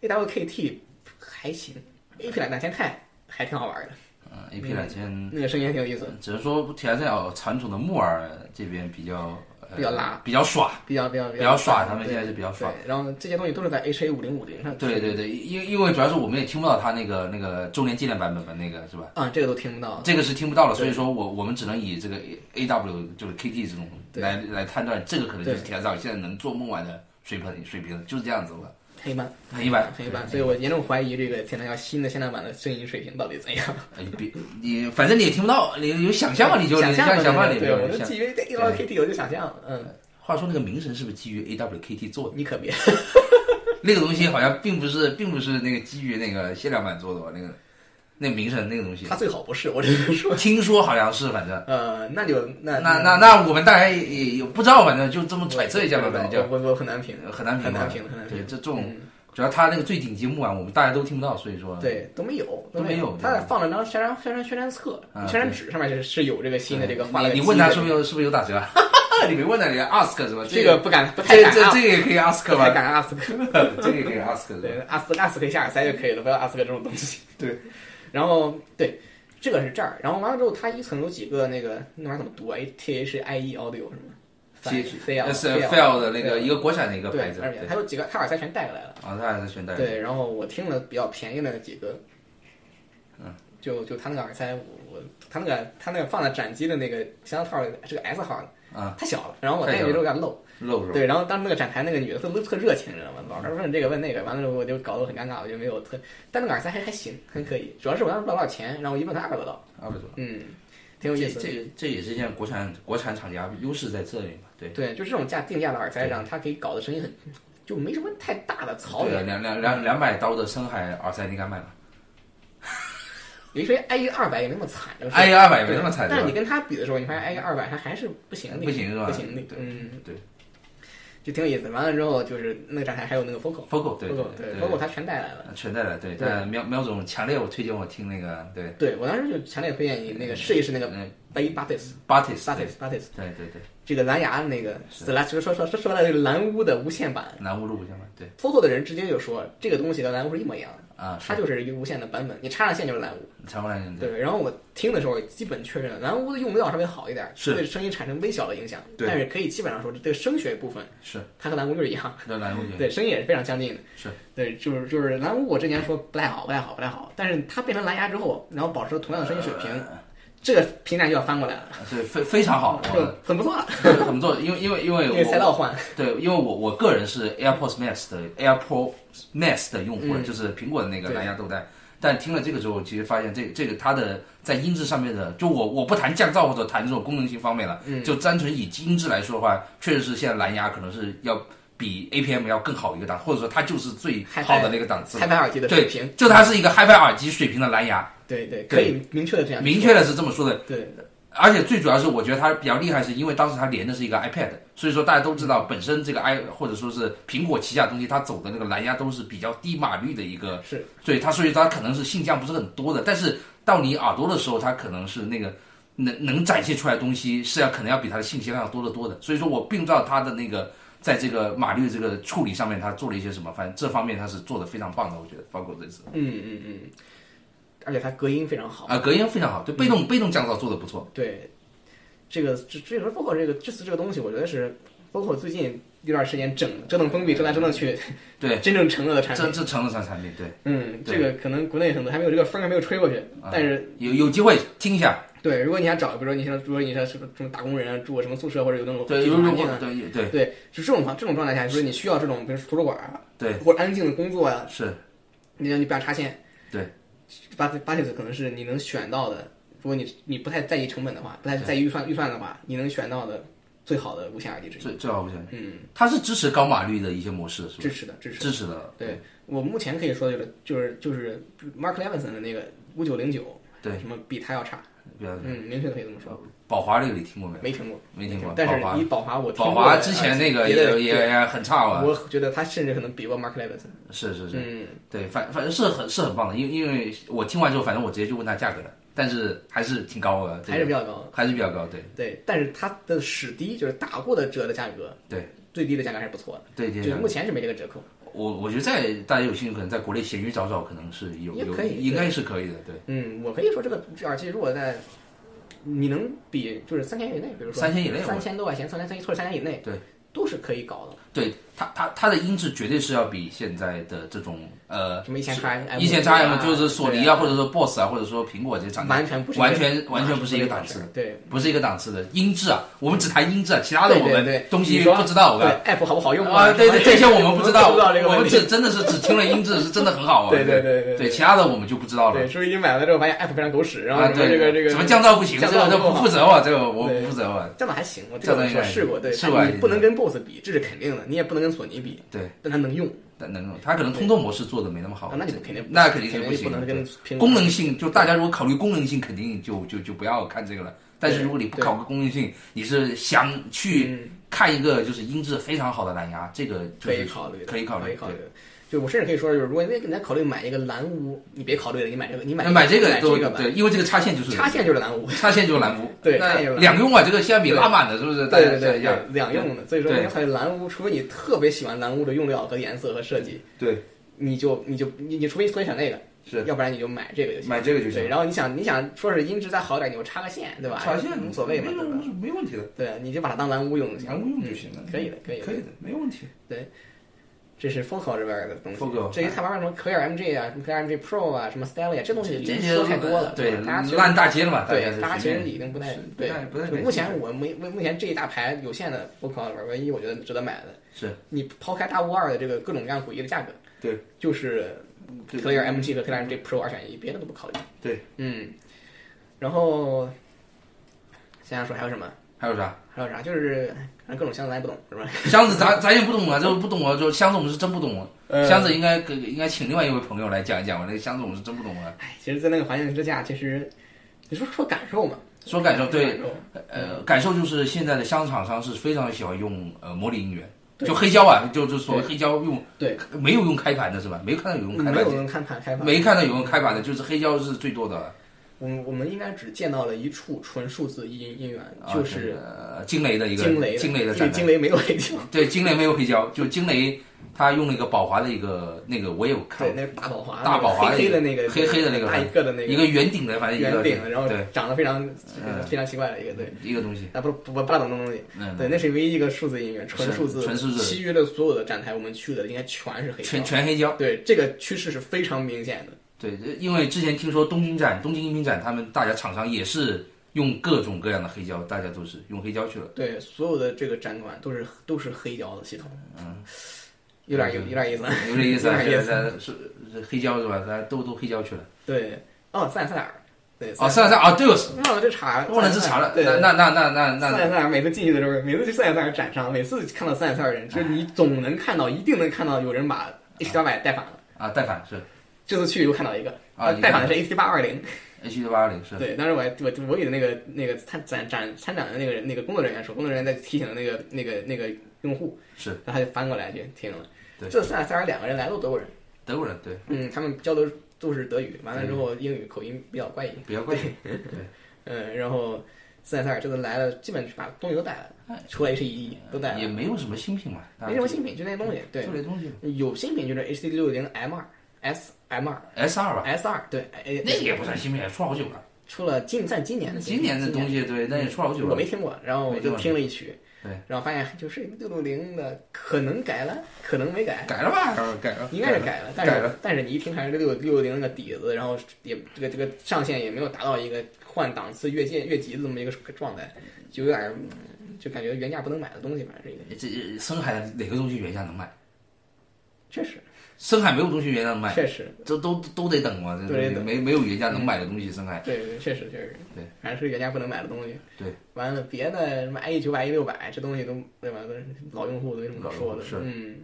Speaker 1: ，A
Speaker 2: 嗯
Speaker 1: W K T 还行，A P 两两千钛还挺好玩的，
Speaker 2: 啊，AP 两千嗯
Speaker 1: 那个声音还挺有意思的。
Speaker 2: 只能说 T S L 传统的木耳这边比较呃呃
Speaker 1: 比较拉，
Speaker 2: 比较耍，
Speaker 1: 比较比较比
Speaker 2: 比较
Speaker 1: 较
Speaker 2: 耍，
Speaker 1: 爽，
Speaker 2: 他们现在是比较
Speaker 1: 对
Speaker 2: 耍。，
Speaker 1: 然后这些东西都是在 H A 五零五零上，
Speaker 2: 对对对，因因为主要是我们也听不到他那个那个周年纪念版本吧，那个是吧？
Speaker 1: 啊，这个都听不到，
Speaker 2: 这个是听不到了，
Speaker 1: 对
Speaker 2: 所以说我我们只能以这个 A W 就是 K T 这种
Speaker 1: 对
Speaker 2: 来来判断，这个可能就是
Speaker 1: 对
Speaker 2: 天上现在能做梦玩的水平水平就是这样子了，
Speaker 1: 很一般，
Speaker 2: 很一般，
Speaker 1: 很一般，所
Speaker 2: 对
Speaker 1: 以我严重怀疑这个天堂要新的限量版的声音水平到底怎样。
Speaker 2: 哎别你反正你也听不到，你有想象嘛，你就
Speaker 1: 想
Speaker 2: 你
Speaker 1: 象
Speaker 2: 像想象
Speaker 1: 对
Speaker 2: 里
Speaker 1: 对，
Speaker 2: 边
Speaker 1: 我
Speaker 2: 有
Speaker 1: 就
Speaker 2: 想。
Speaker 1: 基于这一到 K T 我就想象，嗯，
Speaker 2: 话说那个名神是不是基于 A W K T 做的？
Speaker 1: 你可别，
Speaker 2: 那个东西好像并不是，并不是那个基于那个限量版做的吧？那个那个名神那个东西
Speaker 1: 他，最好不是，我只是说，
Speaker 2: 听说好像是，反正。
Speaker 1: 呃，那就那
Speaker 2: 那那那我们大概也也也不知道，反正就这么揣测一下吧，反正就
Speaker 1: 我我我很难评，
Speaker 2: 很难评
Speaker 1: 很
Speaker 2: 嘛
Speaker 1: 难评，很难
Speaker 2: 对，
Speaker 1: 评。
Speaker 2: 这这种
Speaker 1: 嗯
Speaker 2: 主要他那个最顶级木碗，我们大家都听不到，所以说
Speaker 1: 对都没有
Speaker 2: 都没
Speaker 1: 没
Speaker 2: 有
Speaker 1: 他在放了张宣传宣传宣传册、
Speaker 2: 啊嗯
Speaker 1: 宣传纸上面是是有这个新的这个画的。
Speaker 2: 你你问他是
Speaker 1: 说
Speaker 2: 不是有是不是有打折？ 你没问他，你 ask 是吧？
Speaker 1: 这
Speaker 2: 个
Speaker 1: 个不敢不太
Speaker 2: 这
Speaker 1: 敢
Speaker 2: 这
Speaker 1: 啊
Speaker 2: 这个也可以 ask
Speaker 1: 不太
Speaker 2: 吧？
Speaker 1: 敢 ask，
Speaker 2: 这个也可以 ask 是吧
Speaker 1: 对 ask ask 一下耳塞就可以了，不要 ask 这种东西。
Speaker 2: 对，
Speaker 1: 然后对。这个是这儿，然后完了之后，它一层有几个那个那玩意儿怎么读啊？T H I E Audio 什么
Speaker 2: 其
Speaker 1: ？fail
Speaker 2: 呃是 fail 的那
Speaker 1: fail
Speaker 2: 个一个国产的一个牌
Speaker 1: 对，
Speaker 2: 子，
Speaker 1: 而且还有几个，他耳塞全带过来了。
Speaker 2: 啊，他还是选代理
Speaker 1: 对，然后我听了比较便宜的几个，
Speaker 2: 嗯，
Speaker 1: 就就他那个耳塞，我我他那个他那个放在斩机的那个箱套是个 S 号的，
Speaker 2: 啊，
Speaker 1: 太小了，然后我戴进去之后有点漏。
Speaker 2: 漏是吧？
Speaker 1: 对，然后当时那个展台那个女的特特热情，你知道吗？老是问这个问那个，完了之后我就搞得我很尴尬，我就没有特，但那个耳塞还还行，还可以，主要是我当时不知道多少钱，然后我一问他二百多刀，
Speaker 2: 二百多。
Speaker 1: 嗯，挺有意
Speaker 2: 啊
Speaker 1: 思
Speaker 2: 这
Speaker 1: 的。
Speaker 2: 这这也是现在国产国产厂家优势在这里嘛？对。
Speaker 1: 对，就这种价定价的耳塞上，它可以搞的声音很，就没什么太大的槽
Speaker 2: 对
Speaker 1: 点
Speaker 2: 啊，。两两两两百刀的深海耳塞你敢买吗？
Speaker 1: 你说挨一个二百也没那么惨，就是
Speaker 2: 挨一个200也没那么惨
Speaker 1: 对但是
Speaker 2: 对吧
Speaker 1: 你跟他比的时候，你发现挨一个二百还还是不行的，
Speaker 2: 不行是吧
Speaker 1: 不行的，
Speaker 2: 对
Speaker 1: 嗯，
Speaker 2: 对，
Speaker 1: 就挺有意思的。完了之后就是那个展台还有那个 Focal。
Speaker 2: Focal 对
Speaker 1: Focal
Speaker 2: 对
Speaker 1: Focal 他全带来了。
Speaker 2: 全带了对，
Speaker 1: 对
Speaker 2: 但苗苗总强烈我推荐我听那个对
Speaker 1: 对我当时就强烈推荐你那个试一试那个
Speaker 2: 嗯
Speaker 1: b a b a t i s
Speaker 2: Batis
Speaker 1: b a t i s b a t i s
Speaker 2: 对对对
Speaker 1: 这个蓝牙的那个蓝说说说说说白了这个蓝屋的无线版
Speaker 2: 南无路不相关对
Speaker 1: ，Focal 的人直接就说这个东西跟蓝屋是一模一样的，
Speaker 2: 啊嗯
Speaker 1: 它就是一个无线的版本，你插上线就是蓝屋。
Speaker 2: 长过来人对
Speaker 1: 对，然后我听的时候基本确认，蓝屋的用料稍微好一点，
Speaker 2: 是
Speaker 1: 对声音产生微小的影响，
Speaker 2: 对
Speaker 1: 但是可以基本上说，这个声学部分
Speaker 2: 是
Speaker 1: 它和蓝屋就是一样，
Speaker 2: 那南无就
Speaker 1: 对，声音也是非常相近的。
Speaker 2: 嗯是，
Speaker 1: 对，就是就是蓝屋，我之前说不太好，不太好，不太好，但是它变成蓝牙之后，然后保持同样的声音水平，
Speaker 2: 呃
Speaker 1: 这个评价就要翻过来了，
Speaker 2: 啊是非非 常好，
Speaker 1: 就很不错了，
Speaker 2: 我怎么做？因为因为因为
Speaker 1: 因为赛
Speaker 2: 我
Speaker 1: 道换，
Speaker 2: 对，因为我我个人是 AirPods Max 的 AirPods Max 的用户，
Speaker 1: 嗯
Speaker 2: 就是苹果的那个
Speaker 1: 对
Speaker 2: 蓝牙豆带。但听了这个之后，其实发现这这个它的在音质上面的，就我我不谈降噪或者谈这种功能性方面了，
Speaker 1: 嗯
Speaker 2: 就单纯以音质来说的话，确实是现在蓝牙可能是要比 APM 要更好一个档，或者说它就是最好的那个档次
Speaker 1: 开。拍耳机的水
Speaker 2: 对
Speaker 1: 平，，
Speaker 2: 就它是一个 HiFi 耳机水平的蓝牙，
Speaker 1: 对对，
Speaker 2: 对
Speaker 1: 可以明确的这样，
Speaker 2: 明确的是这么说的，
Speaker 1: 对
Speaker 2: 而且最主要是，我觉得它比较厉害，是因为当时它连的是一个 iPad，所以说大家都知道，本身这个 i 或者说是苹果旗下东西，它走的那个蓝牙都是比较低码率的一个，
Speaker 1: 是
Speaker 2: 对它，所以它可能是性价不是很多的。但是到你耳朵的时候，它可能是那个能能展现出来的东西是要可能要比它的信息量要多得多的。所以说我并不知道它的那个在这个码率这个处理上面，它做了一些什么，反正这方面它是做的非常棒的，我觉得，包括这次
Speaker 1: 嗯嗯嗯，而且它隔音非常好。
Speaker 2: 啊、隔音非常好，对被动、被动降噪做的不错，
Speaker 1: 对，这个这这个 Focal 这个这次这个东西，我觉得是 Focal 最近一段时间整折腾封闭，折来折腾去，
Speaker 2: 对，
Speaker 1: 真正成了的产
Speaker 2: 这
Speaker 1: 品。
Speaker 2: 这成了上产品，对。
Speaker 1: 嗯，
Speaker 2: 对
Speaker 1: 这个可能国内很多还没有这个风儿还没有吹过去，
Speaker 2: 啊
Speaker 1: 但是
Speaker 2: 有有机会听一下，
Speaker 1: 对，如果你想找，比如说你想，如果你想什么什么打工人啊，住个什么宿舍或者有那种
Speaker 2: 对，
Speaker 1: 居
Speaker 2: 有
Speaker 1: 住
Speaker 2: 如
Speaker 1: 环
Speaker 2: 果
Speaker 1: 境啊，
Speaker 2: 对对
Speaker 1: 对，就这种状这种状态下，就是你需要这种，比如说图书馆啊，
Speaker 2: 对，
Speaker 1: 或者安静的工作啊呀、
Speaker 2: 是，
Speaker 1: 你让你不要插线，
Speaker 2: 对，
Speaker 1: 八八九可能是你能选到的，如果你你不太在意成本的话，不太在意预算预算的话，你能选到的最好的无线耳机之一。
Speaker 2: 最最好不行。
Speaker 1: 嗯，
Speaker 2: 它是支持高码率的一些模式，是吧？
Speaker 1: 支持的支持。
Speaker 2: 支持的，
Speaker 1: 对我目前可以说的就是就是就是 Mark Levinson 的那个五九零九，
Speaker 2: 对，
Speaker 1: 什么比他要差，
Speaker 2: 不要
Speaker 1: 嗯，明确的可以这么说，
Speaker 2: 宝华这个你听过没有？
Speaker 1: 没听过，
Speaker 2: 没听过
Speaker 1: 但
Speaker 2: 宝
Speaker 1: 是
Speaker 2: 华
Speaker 1: 以宝华我听
Speaker 2: 宝
Speaker 1: 过啊
Speaker 2: 华
Speaker 1: 的
Speaker 2: 之
Speaker 1: 耳
Speaker 2: 前
Speaker 1: 机
Speaker 2: 那个
Speaker 1: 别的
Speaker 2: 也也也很差啊，
Speaker 1: 我觉得他甚至可能比过 Mark Levinson，
Speaker 2: 是是是，
Speaker 1: 嗯，
Speaker 2: 对，反反正是很是很棒的，因为因为我听完之后，反正我直接就问他价格了，但是还是挺高的，
Speaker 1: 还是比较高，
Speaker 2: 还是比较高，对
Speaker 1: 对，但是它的史低就是打过的折的价格，
Speaker 2: 对，
Speaker 1: 最低的价格还是不错
Speaker 2: 对
Speaker 1: 的，
Speaker 2: 对
Speaker 1: 就是
Speaker 2: 对。
Speaker 1: 目前是没这个折扣，
Speaker 2: 我我觉得在大家有兴趣，可能在国内闲鱼找找，可能是有
Speaker 1: 也
Speaker 2: 有
Speaker 1: 可以
Speaker 2: 应该是可以的，对。
Speaker 1: 嗯，我可以说这个这耳机如果在你能比就是三千以内，比如说
Speaker 2: 三千以内我
Speaker 1: 三千多块钱，三千三千或者三千以内，
Speaker 2: 对，
Speaker 1: 都是可以搞的。
Speaker 2: 对它它它的音质绝对是要比现在的这种呃
Speaker 1: 什么一千 X，
Speaker 2: 一千 XM 就是索尼啊，或
Speaker 1: 者
Speaker 2: 者说 BOSS 啊，或者说苹果这些厂家
Speaker 1: 完全不是一个
Speaker 2: 完全完全不是一个档次的，
Speaker 1: 对。
Speaker 2: 不是一个档次的音质啊，我们只谈音质啊，其他的我
Speaker 1: 对对
Speaker 2: 们
Speaker 1: 对
Speaker 2: 东西
Speaker 1: 你说
Speaker 2: 不知道，我
Speaker 1: 对
Speaker 2: 们
Speaker 1: app 好不好用
Speaker 2: 啊，对对，这些我们不知道，
Speaker 1: 不知道这个
Speaker 2: 我
Speaker 1: 问
Speaker 2: 们
Speaker 1: 题。
Speaker 2: 这真的是只听了音质是真的很好玩，啊
Speaker 1: 对对
Speaker 2: 对
Speaker 1: 对对
Speaker 2: 对，其他的我们就不知道了
Speaker 1: 对，。所以你买了之后发现 app 非常狗屎，然后
Speaker 2: 啊，
Speaker 1: 什么这
Speaker 2: 对，
Speaker 1: 个这个
Speaker 2: 什么降噪不行，这
Speaker 1: 降
Speaker 2: 个
Speaker 1: 噪
Speaker 2: 这
Speaker 1: 不
Speaker 2: 不
Speaker 1: 好
Speaker 2: 负责我，啊这个我
Speaker 1: 对
Speaker 2: 不负责啊我。
Speaker 1: 降噪还行，我这
Speaker 2: 降噪
Speaker 1: 个
Speaker 2: 应
Speaker 1: 说
Speaker 2: 该
Speaker 1: 试过，对，
Speaker 2: 试过还
Speaker 1: 但你
Speaker 2: 行
Speaker 1: 不能跟 boss 比，这是肯定的，你也不能跟索尼比，
Speaker 2: 对，
Speaker 1: 但它能用，
Speaker 2: 但能，它可能通透模式做的没那么好
Speaker 1: 啊，那你肯定
Speaker 2: 哦那肯定
Speaker 1: 肯
Speaker 2: 是
Speaker 1: 定
Speaker 2: 行
Speaker 1: 不能
Speaker 2: 的。
Speaker 1: 跟苹果
Speaker 2: 功能性，就大家如果考虑功能性，肯定就就就不要看这个了。但是如果你不考虑功能性，你是想去
Speaker 1: 嗯
Speaker 2: 看一个就是音质非常好的蓝牙，这个就
Speaker 1: 可
Speaker 2: 是
Speaker 1: 以考虑的，
Speaker 2: 可以考虑
Speaker 1: 可以考虑的。就我甚至可以说，就是如果你你在考虑买一个蓝屋，你别考虑了，你买这个，你买
Speaker 2: 那买这个
Speaker 1: 买
Speaker 2: 都
Speaker 1: 这个吧，
Speaker 2: 对，因为这个插线就是
Speaker 1: 插线就是蓝屋，
Speaker 2: 插线就是蓝屋，
Speaker 1: 对
Speaker 2: 那
Speaker 1: 插线就是蓝屋
Speaker 2: 两用啊，这个性价比拉满了，是不是？大家
Speaker 1: 对对
Speaker 2: 要
Speaker 1: 对，两用的。所以说，
Speaker 2: 对
Speaker 1: 你考虑蓝屋，除非你特别喜欢蓝屋的用料和颜色和设计，
Speaker 2: 对，
Speaker 1: 你就你就你你除非特别想那个，
Speaker 2: 是
Speaker 1: 要不然你就买这个就行。
Speaker 2: 买这个就
Speaker 1: 对，
Speaker 2: 行，
Speaker 1: 然后你想你想说是音质再好点，你就插个线，对吧？
Speaker 2: 插线
Speaker 1: 无所谓嘛，
Speaker 2: 没
Speaker 1: 对
Speaker 2: 有
Speaker 1: 吧？
Speaker 2: 没问题的，
Speaker 1: 对，你就把它当蓝屋用就行。
Speaker 2: 蓝屋用就行了
Speaker 1: 嗯，可以的，可以的
Speaker 2: 可。以的，没问题。
Speaker 1: 这是 Focal 这边的东西。
Speaker 2: Focal，
Speaker 1: 至于他玩什么可以 MG 啊、什么可以 MG Pro 啊、什么 Stella 啊，这东西已
Speaker 2: 这
Speaker 1: 经
Speaker 2: 些
Speaker 1: 说太多了，
Speaker 2: 对，
Speaker 1: 大家其实
Speaker 2: 烂大街了嘛，大家
Speaker 1: 对，大家
Speaker 2: 就
Speaker 1: 其
Speaker 2: 随
Speaker 1: 实
Speaker 2: 便。
Speaker 1: 已经不太
Speaker 2: 是不
Speaker 1: 对
Speaker 2: 太不太
Speaker 1: 就
Speaker 2: 感兴
Speaker 1: 目前我没目前这一大排有限的 Focal 里边，唯一我觉得值得买的，
Speaker 2: 是
Speaker 1: 你抛开大雾二的这个各种各样诡异的价格，
Speaker 2: 对，
Speaker 1: 就是
Speaker 2: 对
Speaker 1: Clear MG 和 Clear MG Pro 二选一，别的都不考虑。
Speaker 2: 对，
Speaker 1: 嗯，然后想想说还有什么？
Speaker 2: 还有啥？
Speaker 1: 还有啥？就是反正各种箱子咱也不懂，是吧？
Speaker 2: 箱子咱咱也不懂啊，这不懂啊，就箱子我们是真不懂啊。
Speaker 1: 呃
Speaker 2: 箱子应该给应该请另外一位朋友来讲一讲，我那个箱子我们是真不懂啊。
Speaker 1: 哎，其实，在那个环境之下，其实你说说感受嘛，
Speaker 2: 说感受，对
Speaker 1: 感，受
Speaker 2: 呃，感受就是现在的箱厂商是非常喜欢用呃模拟音源，
Speaker 1: 对
Speaker 2: 就黑胶啊，就就所谓黑胶用，
Speaker 1: 对，
Speaker 2: 没有用开盘的是吧？没有看到有用
Speaker 1: 嗯
Speaker 2: 开
Speaker 1: 没
Speaker 2: 盘
Speaker 1: 有
Speaker 2: 的，
Speaker 1: 人看盘开发，
Speaker 2: 没看到有用开盘的，就是黑胶是最多的，
Speaker 1: 我们我们应该只见到了一处纯数字音音源，
Speaker 2: 啊
Speaker 1: 就
Speaker 2: 这
Speaker 1: 是
Speaker 2: 个呃惊雷的一个
Speaker 1: 惊雷的，
Speaker 2: 惊雷的
Speaker 1: 因为
Speaker 2: 展览
Speaker 1: 惊雷没有黑 胶，
Speaker 2: 对，惊雷没有黑胶，就惊雷他用那个宝华的一个那个我也有看
Speaker 1: 对，，那是大宝华，
Speaker 2: 大宝华
Speaker 1: 黑黑的那个，
Speaker 2: 黑黑的那个
Speaker 1: 大一个的那
Speaker 2: 一个圆顶的，反正一
Speaker 1: 圆
Speaker 2: 个
Speaker 1: 顶的，然后
Speaker 2: 对
Speaker 1: 长得非常呃
Speaker 2: 嗯
Speaker 1: 非常奇怪的一个，对，
Speaker 2: 一个东西，
Speaker 1: 那不不不不大懂的东西，
Speaker 2: 嗯，
Speaker 1: 对，那是唯一一个数字音源，
Speaker 2: 是
Speaker 1: 数字，
Speaker 2: 纯数字
Speaker 1: 其余的所有的展台我们去的应该全是黑胶
Speaker 2: 全，全黑胶。
Speaker 1: 对，这个趋势是非常明显的，
Speaker 2: 对，因为之前听说东京展、东京音频展，他们大家厂商也是用各种各样的黑胶，大家都是用黑胶去了。
Speaker 1: 对，所有的这个展馆都是都是黑胶的系统，嗯，有点有有点意思，
Speaker 2: 有点意思啊，
Speaker 1: 有点
Speaker 2: 现在
Speaker 1: 意思
Speaker 2: 在是是黑胶是吧？大家都都黑胶去了。
Speaker 1: 对，哦，塞塞尔，对，
Speaker 2: 哦，算了算了啊，对哦，是
Speaker 1: 忘了这茬，
Speaker 2: 忘了这茬了。
Speaker 1: 对，
Speaker 2: 那那那那
Speaker 1: 塞
Speaker 2: 那那
Speaker 1: 尔塞尔每次进去的时候，每次去塞尔塞尔展上，每次看到塞尔塞尔人，就是你总能看到，一定能看到有人把 H 八百带反了。
Speaker 2: 啊，带反是
Speaker 1: 这次去又看到一个，
Speaker 2: 啊
Speaker 1: 呃
Speaker 2: 一个
Speaker 1: 带反的是 H 八二零。
Speaker 2: H 六八二零是
Speaker 1: 对，当时我还我我给那个那个参展展参展的那个人那个工作人员说，工作人员在提醒那个那个那个用户，
Speaker 2: 是
Speaker 1: 然后他就翻过来就听了。
Speaker 2: 对
Speaker 1: 这塞尔塞尔两个人来都德国人，
Speaker 2: 德国人，对，
Speaker 1: 嗯，他们交流都是德语，完了之后英语口音比较怪异，
Speaker 2: 比较贵。
Speaker 1: 嗯，然后塞尔塞尔这次来了，基本把东西都带来
Speaker 2: 哎
Speaker 1: 了，除了 H 一都带来
Speaker 2: 也
Speaker 1: 了，
Speaker 2: 没有什么新品嘛，
Speaker 1: 没什么新品，就那些东西，对
Speaker 2: 就，这东西
Speaker 1: 有新品就是 HD 六零 M 二、S M 二、
Speaker 2: S 二吧，
Speaker 1: S 二，对，哎，
Speaker 2: 那也不算新品，也出好久了。
Speaker 1: 出了今算今年的
Speaker 2: 今年的东西对，那也出好久
Speaker 1: 哎我
Speaker 2: 了
Speaker 1: 没。听过，然后我就听了一曲，
Speaker 2: 没听过对，
Speaker 1: 然后发现就是六六零的，可能改了，可能没改，
Speaker 2: 改了吧，改了，
Speaker 1: 应该是
Speaker 2: 改了。
Speaker 1: 改了，但
Speaker 2: 改
Speaker 1: 是但是你一听还是六六零那个底子，然后也这个这个上限也没有达到一个换档次越界越级的这么一个状态，就有点儿嗯就感觉原价不能买的东西，反正是一个，
Speaker 2: 这呃深海哪个东西原价能卖？
Speaker 1: 确实
Speaker 2: 深海没有东西原价能卖，
Speaker 1: 确实，
Speaker 2: 这都都得等嘛，这
Speaker 1: 对
Speaker 2: 这
Speaker 1: 得嗯
Speaker 2: 没没有原价能买的东西，深海
Speaker 1: 对对，确实确实，
Speaker 2: 对，
Speaker 1: 反正是原价不能买的东西。
Speaker 2: 对，
Speaker 1: 完了别的什么 IE 九百、IE 六百这东西都对吧？都是老用户都没什么可说
Speaker 2: 老用户
Speaker 1: 的。
Speaker 2: 是
Speaker 1: 嗯。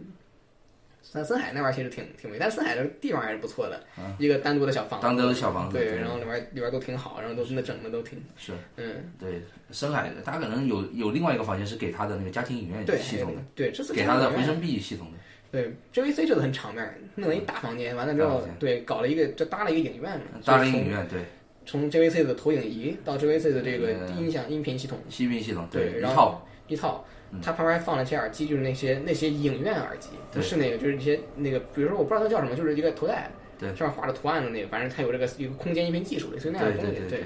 Speaker 1: 但深海那边其实挺挺美，但是深海这个地方还是不错的，一个单独的小房子，
Speaker 2: 啊单独的小房子
Speaker 1: 对，
Speaker 2: 对
Speaker 1: 然后里边里边都挺好，然后都那整的都挺，
Speaker 2: 是
Speaker 1: 嗯，
Speaker 2: 对深海，他可能有有另外一个房间是给他的那个家庭影院
Speaker 1: 对，
Speaker 2: 哎系统的，
Speaker 1: 对，这次
Speaker 2: 给
Speaker 1: 看
Speaker 2: 他的
Speaker 1: 起来
Speaker 2: 回声壁系统的，
Speaker 1: 对 JVC 这次很场面，弄了一大房间，完了之
Speaker 2: 大
Speaker 1: 后
Speaker 2: 房间，
Speaker 1: 对，搞了一个就搭了一个影院嘛，
Speaker 2: 大
Speaker 1: 就
Speaker 2: 连
Speaker 1: 是
Speaker 2: 影院对，
Speaker 1: 从从 JVC 的投影仪到 JVC 的这个
Speaker 2: 呃
Speaker 1: 音响音频系统，
Speaker 2: 吸频系统
Speaker 1: 对
Speaker 2: 一
Speaker 1: 然后
Speaker 2: 套
Speaker 1: 一套，
Speaker 2: 嗯
Speaker 1: 它旁边还放了一些耳机，就是那些那些影院耳机，不
Speaker 2: 对
Speaker 1: 是那个，就是一些那个，比如说我不知道它叫什么，就是一个头戴，
Speaker 2: 对
Speaker 1: 上面画着图案的那个，反正它有这个一个空间音频技术的，所以那样
Speaker 2: 对
Speaker 1: 的东
Speaker 2: 对
Speaker 1: 西，
Speaker 2: 对，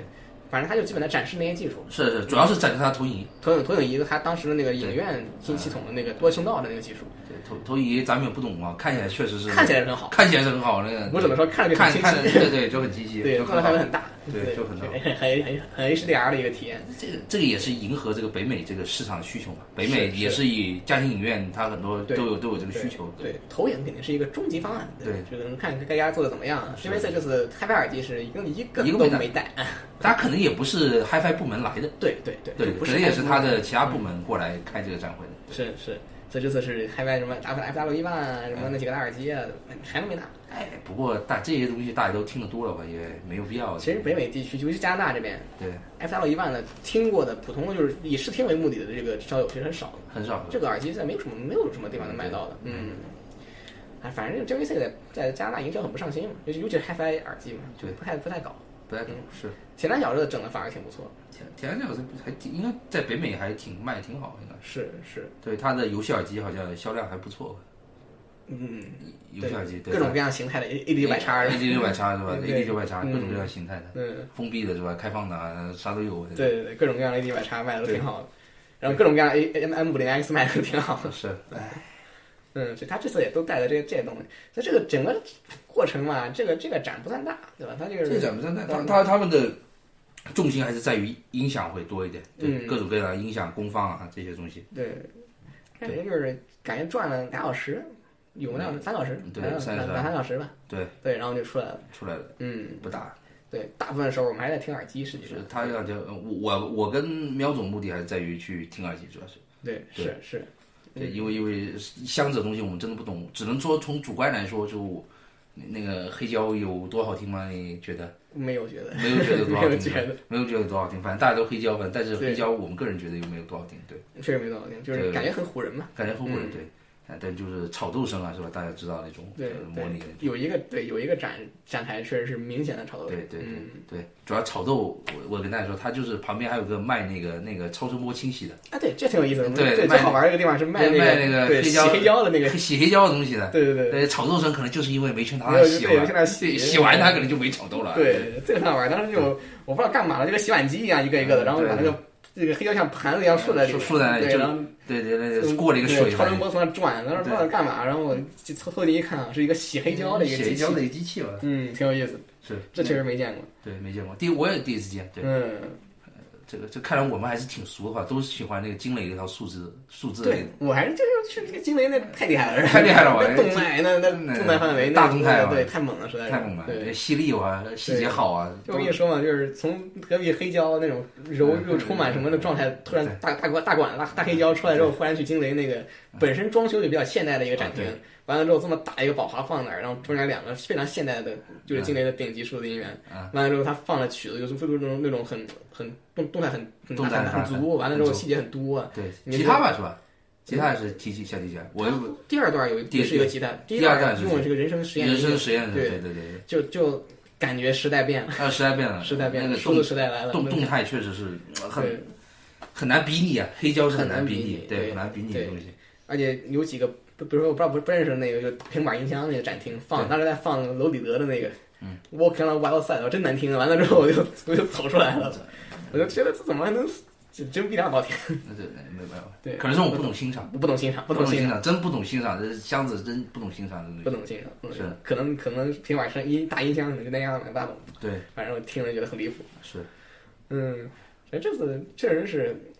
Speaker 1: 反正它就基本的展示那些技术，
Speaker 2: 是是，主要是展示它投影仪。
Speaker 1: 投影投影仪和它当时的那个影院新系统的那个多声道的那个技术，
Speaker 2: 对投投影仪咱们也不懂啊，看起来确实是
Speaker 1: 看起来是很好。
Speaker 2: 看起来是很好那个。
Speaker 1: 我只能说看着就
Speaker 2: 看
Speaker 1: 很清
Speaker 2: 看着
Speaker 1: 晰，
Speaker 2: 对对就很清晰，
Speaker 1: 对，动
Speaker 2: 就
Speaker 1: 作
Speaker 2: 很
Speaker 1: 范围
Speaker 2: 好。
Speaker 1: 很大，
Speaker 2: 对就很好
Speaker 1: 很很很很 HDR 的一个体验。
Speaker 2: 这个这个也是迎合这个北美这个市场需求嘛，北美
Speaker 1: 是
Speaker 2: 也是以家庭影院，它很多
Speaker 1: 对
Speaker 2: 都有都有这个需求。
Speaker 1: 对，投影肯定是一个终极方案，
Speaker 2: 对
Speaker 1: 只能看该家做的怎么样。
Speaker 2: 是
Speaker 1: 因为这次开拍耳机是一个一个
Speaker 2: 一个
Speaker 1: 都
Speaker 2: 没带
Speaker 1: 没 带，
Speaker 2: 它可能也不是 HiFi 部门来的，
Speaker 1: 对对对，
Speaker 2: 对，
Speaker 1: 就不
Speaker 2: 可
Speaker 1: 是
Speaker 2: 能也是
Speaker 1: 单独
Speaker 2: 它的其他部门过来开这个展会的。
Speaker 1: 是是，所以这次是海外什么 F F W 一万啊，
Speaker 2: 嗯
Speaker 1: 什么那几个大耳机啊，全都没拿。
Speaker 2: 哎，不过大这些东西大家都听得多了吧，也没有必要。
Speaker 1: 其实北美地区，尤其是加拿大这边
Speaker 2: 对
Speaker 1: F W 一万呢，听过的普通的就是以试听为目的的这个烧友其实很少的。
Speaker 2: 很少。
Speaker 1: 这个耳机现在没有什么没有什么地方能买到的，嗯。哎，反正这个 JVC 在在加拿大营销很不上心嘛，尤其尤其是 HiFi 耳机嘛，
Speaker 2: 对
Speaker 1: 不太不太搞。
Speaker 2: 不太懂
Speaker 1: 嗯
Speaker 2: 是
Speaker 1: 前三小时的整的反而挺不错，
Speaker 2: 田田亮这个还挺，应该在北美还挺卖得挺好，应该
Speaker 1: 是是，
Speaker 2: 对它的游戏耳机好像销量还不错，
Speaker 1: 嗯，
Speaker 2: 游戏耳机
Speaker 1: 各种各样形态的 A D
Speaker 2: 六
Speaker 1: 百叉，嗯
Speaker 2: A D 六百叉是吧？A
Speaker 1: 对
Speaker 2: D 六百叉各种各样形态的，
Speaker 1: 嗯，
Speaker 2: 封闭的是吧？开放的啊啥都有。
Speaker 1: 对对对，各种各样的 A D 百叉卖的都
Speaker 2: 对
Speaker 1: 挺好的，然后各种各样的 A M M 五零 X 卖的都挺好的，
Speaker 2: 是，
Speaker 1: 嗯，所以他这次也都带了这这些东西，所以这个整个过程嘛，这个这个展不算大，对吧？它就是
Speaker 2: 这讲不真的，他他他们的重心还是在于音响会多一点，对
Speaker 1: 嗯
Speaker 2: 各种各样的音响功放啊这些东西，
Speaker 1: 对，感
Speaker 2: 对
Speaker 1: 觉就是感觉转了俩小时，有那样三小时，
Speaker 2: 嗯对
Speaker 1: 两
Speaker 2: 三
Speaker 1: 两
Speaker 2: 小时啊
Speaker 1: 两三小时吧，
Speaker 2: 对
Speaker 1: 对，然后就出来了，
Speaker 2: 出来了
Speaker 1: 嗯，
Speaker 2: 不大。
Speaker 1: 对，大部分时候我们还在听耳机，实际上
Speaker 2: 是，他要就我我我跟喵总目的还是在于去听耳机，主要是
Speaker 1: 对，
Speaker 2: 对
Speaker 1: 是是，
Speaker 2: 对，因为因为箱子的东西我们真的不懂，只能说从主观来说，就我那个黑胶有多好听吗？你觉得？
Speaker 1: 嗯没有觉得，
Speaker 2: 没有觉得多好
Speaker 1: 没有
Speaker 2: 听，
Speaker 1: 觉得，
Speaker 2: 没有觉得多好听，反正大家都黑胶，反正但是
Speaker 1: 对
Speaker 2: 黑胶我们个人觉得又没有多好听，对，
Speaker 1: 确实没多好听，就是
Speaker 2: 对
Speaker 1: 感觉很唬人嘛。
Speaker 2: 感觉后悔了，对。啊但就是炒豆声啊，是吧？大家知道那种
Speaker 1: 嗯对
Speaker 2: 呃模拟
Speaker 1: 对
Speaker 2: 的，
Speaker 1: 有一个对有一个展展台确实是明显的炒作，
Speaker 2: 对对对
Speaker 1: 嗯，
Speaker 2: 对，主要炒豆，我我跟大家说，它就是旁边还有个卖那个那个超声波清洗的，
Speaker 1: 啊对，这挺有意思的。
Speaker 2: 对
Speaker 1: 对，最
Speaker 2: 卖
Speaker 1: 好玩的一个地方是卖
Speaker 2: 对卖
Speaker 1: 那
Speaker 2: 那个
Speaker 1: 对
Speaker 2: 黑
Speaker 1: 洗
Speaker 2: 胶
Speaker 1: 黑胶的那 个，
Speaker 2: 洗黑胶的东西的。
Speaker 1: 对对对，
Speaker 2: 对，炒豆声可能就是因为没去拿
Speaker 1: 没
Speaker 2: 它
Speaker 1: 有
Speaker 2: 洗
Speaker 1: 对没
Speaker 2: 完
Speaker 1: 去拿它，洗
Speaker 2: 对，洗完它可能就没炒豆了。
Speaker 1: 对，这个很好玩。当时就 我不知道干嘛了，就跟洗碗机一样，一个一个的，然后把那个这个黑胶像盘子一样竖在里面，
Speaker 2: 嗯竖竖在那里
Speaker 1: 对，
Speaker 2: 就
Speaker 1: 然后
Speaker 2: 对对对对，过了一个水
Speaker 1: 嗯对超
Speaker 2: 反
Speaker 1: 声
Speaker 2: 正，
Speaker 1: 波从那转，然后不知道干嘛，然后我就凑凑近一看啊，是一个洗黑胶的一个
Speaker 2: 嗯洗黑
Speaker 1: 机器
Speaker 2: 胶，的一个机器吧，
Speaker 1: 嗯，挺有意思，
Speaker 2: 是
Speaker 1: 这确实没见过，
Speaker 2: 对没见过，第我也第一次见，对。
Speaker 1: 嗯，
Speaker 2: 这个这看来我们还是挺熟的话，都是喜欢那个惊雷那条数字数字类
Speaker 1: 对
Speaker 2: 的。
Speaker 1: 我还是就是去这个惊雷那太厉害了，
Speaker 2: 太厉害了我
Speaker 1: 那动态那那
Speaker 2: 那
Speaker 1: 动态范围那
Speaker 2: 大动态
Speaker 1: 那
Speaker 2: 吧
Speaker 1: 对，太猛了，实在是
Speaker 2: 太猛了，
Speaker 1: 对。
Speaker 2: 这犀利啊，细节好啊，
Speaker 1: 就我跟你说嘛，就是从隔壁黑胶那种柔
Speaker 2: 嗯
Speaker 1: 又充满什么的状态，突然大大管大管大大黑胶出来之后，忽然去惊雷那个本身装修就比较现代的一个展厅
Speaker 2: 嗯啊，
Speaker 1: 完了之后这么大一个宝华放那儿，然后中间两个非常现代的，就是惊雷的顶级数字音源
Speaker 2: 嗯，
Speaker 1: 完了之后他放了曲子，就是就是那种那种很很动动态很很
Speaker 2: 动态
Speaker 1: 很很
Speaker 2: 很
Speaker 1: 足，完了之后
Speaker 2: 很足
Speaker 1: 细节很多。
Speaker 2: 对
Speaker 1: 你
Speaker 2: 吉他吧是吧？吉他也是提起小提琴，我
Speaker 1: 它第二段有一
Speaker 2: 第
Speaker 1: 也是一个吉他，第一
Speaker 2: 第二段是
Speaker 1: 用的是个人生实验
Speaker 2: 人
Speaker 1: 音乐
Speaker 2: 生，实验的，
Speaker 1: 对
Speaker 2: 对对对，
Speaker 1: 就就感觉时代变了，
Speaker 2: 还有时代变了，
Speaker 1: 时代变
Speaker 2: 嗯那
Speaker 1: 了，
Speaker 2: 个
Speaker 1: 数字
Speaker 2: 动
Speaker 1: 时代来了，
Speaker 2: 动动态确实是呃
Speaker 1: 对
Speaker 2: 很。很难比拟啊，黑胶是难
Speaker 1: 很难比
Speaker 2: 拟
Speaker 1: 拟，对
Speaker 2: 对，很难比拟的
Speaker 1: 对
Speaker 2: 东西。
Speaker 1: 而且有几个，不比如说我不知道不不认识的那个，就大平板音箱那个展厅放，
Speaker 2: 对
Speaker 1: 当时在放楼里德的那个，嗯，Walk on the Wild Side，我真难听。完了之后我 就我就走出来了，
Speaker 2: 嗯
Speaker 1: 我就觉得这怎么还能这真比俩好听？
Speaker 2: 那对，没有办法，
Speaker 1: 对
Speaker 2: 可能是我不懂欣赏，
Speaker 1: 我不懂欣赏，
Speaker 2: 不
Speaker 1: 懂
Speaker 2: 欣
Speaker 1: 欣赏，
Speaker 2: 赏，真不懂欣赏，这箱子真不懂欣赏这
Speaker 1: 不
Speaker 2: 东西。
Speaker 1: 懂欣赏，不懂
Speaker 2: 是
Speaker 1: 欣赏可能可能平板声音大音箱可能就那样了，大懂。
Speaker 2: 对，
Speaker 1: 反正我听了觉得很离谱。
Speaker 2: 是
Speaker 1: 嗯，所以这次确实是嗯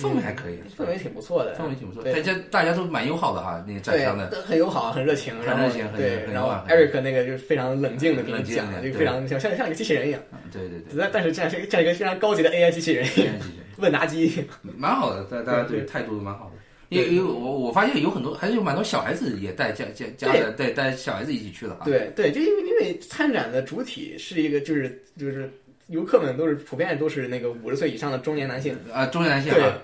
Speaker 2: 氛围还可以，
Speaker 1: 氛围挺不错的，
Speaker 2: 氛围挺不错，
Speaker 1: 对
Speaker 2: 大家大家都蛮友好的哈，那个站
Speaker 1: 对
Speaker 2: 上的，
Speaker 1: 很友好，很热情，
Speaker 2: 很
Speaker 1: 然后
Speaker 2: 热情很
Speaker 1: 对，
Speaker 2: 很
Speaker 1: 然后
Speaker 2: 友好
Speaker 1: Eric 那个就是非常冷静的跟
Speaker 2: 冷
Speaker 1: 你
Speaker 2: 静
Speaker 1: 讲
Speaker 2: 的，
Speaker 1: 就
Speaker 2: 对
Speaker 1: 非常像像像一个机器人一样。
Speaker 2: 嗯对对对，
Speaker 1: 但但是这样是一个这样一个非常高级的 AI 机器人，
Speaker 2: 这样几句
Speaker 1: 问答机，
Speaker 2: 蛮好的，大大家对态度都蛮好的。因为
Speaker 1: 对
Speaker 2: 因为我我发现有很多还是有蛮多小孩子也带家家家的带带小孩子一起去的啊。
Speaker 1: 对对，就因为因为参展的主体是一个就是就是游客们都是普遍都是那个五十岁以上的中年男性，
Speaker 2: 啊，中年男性
Speaker 1: 对
Speaker 2: 啊，。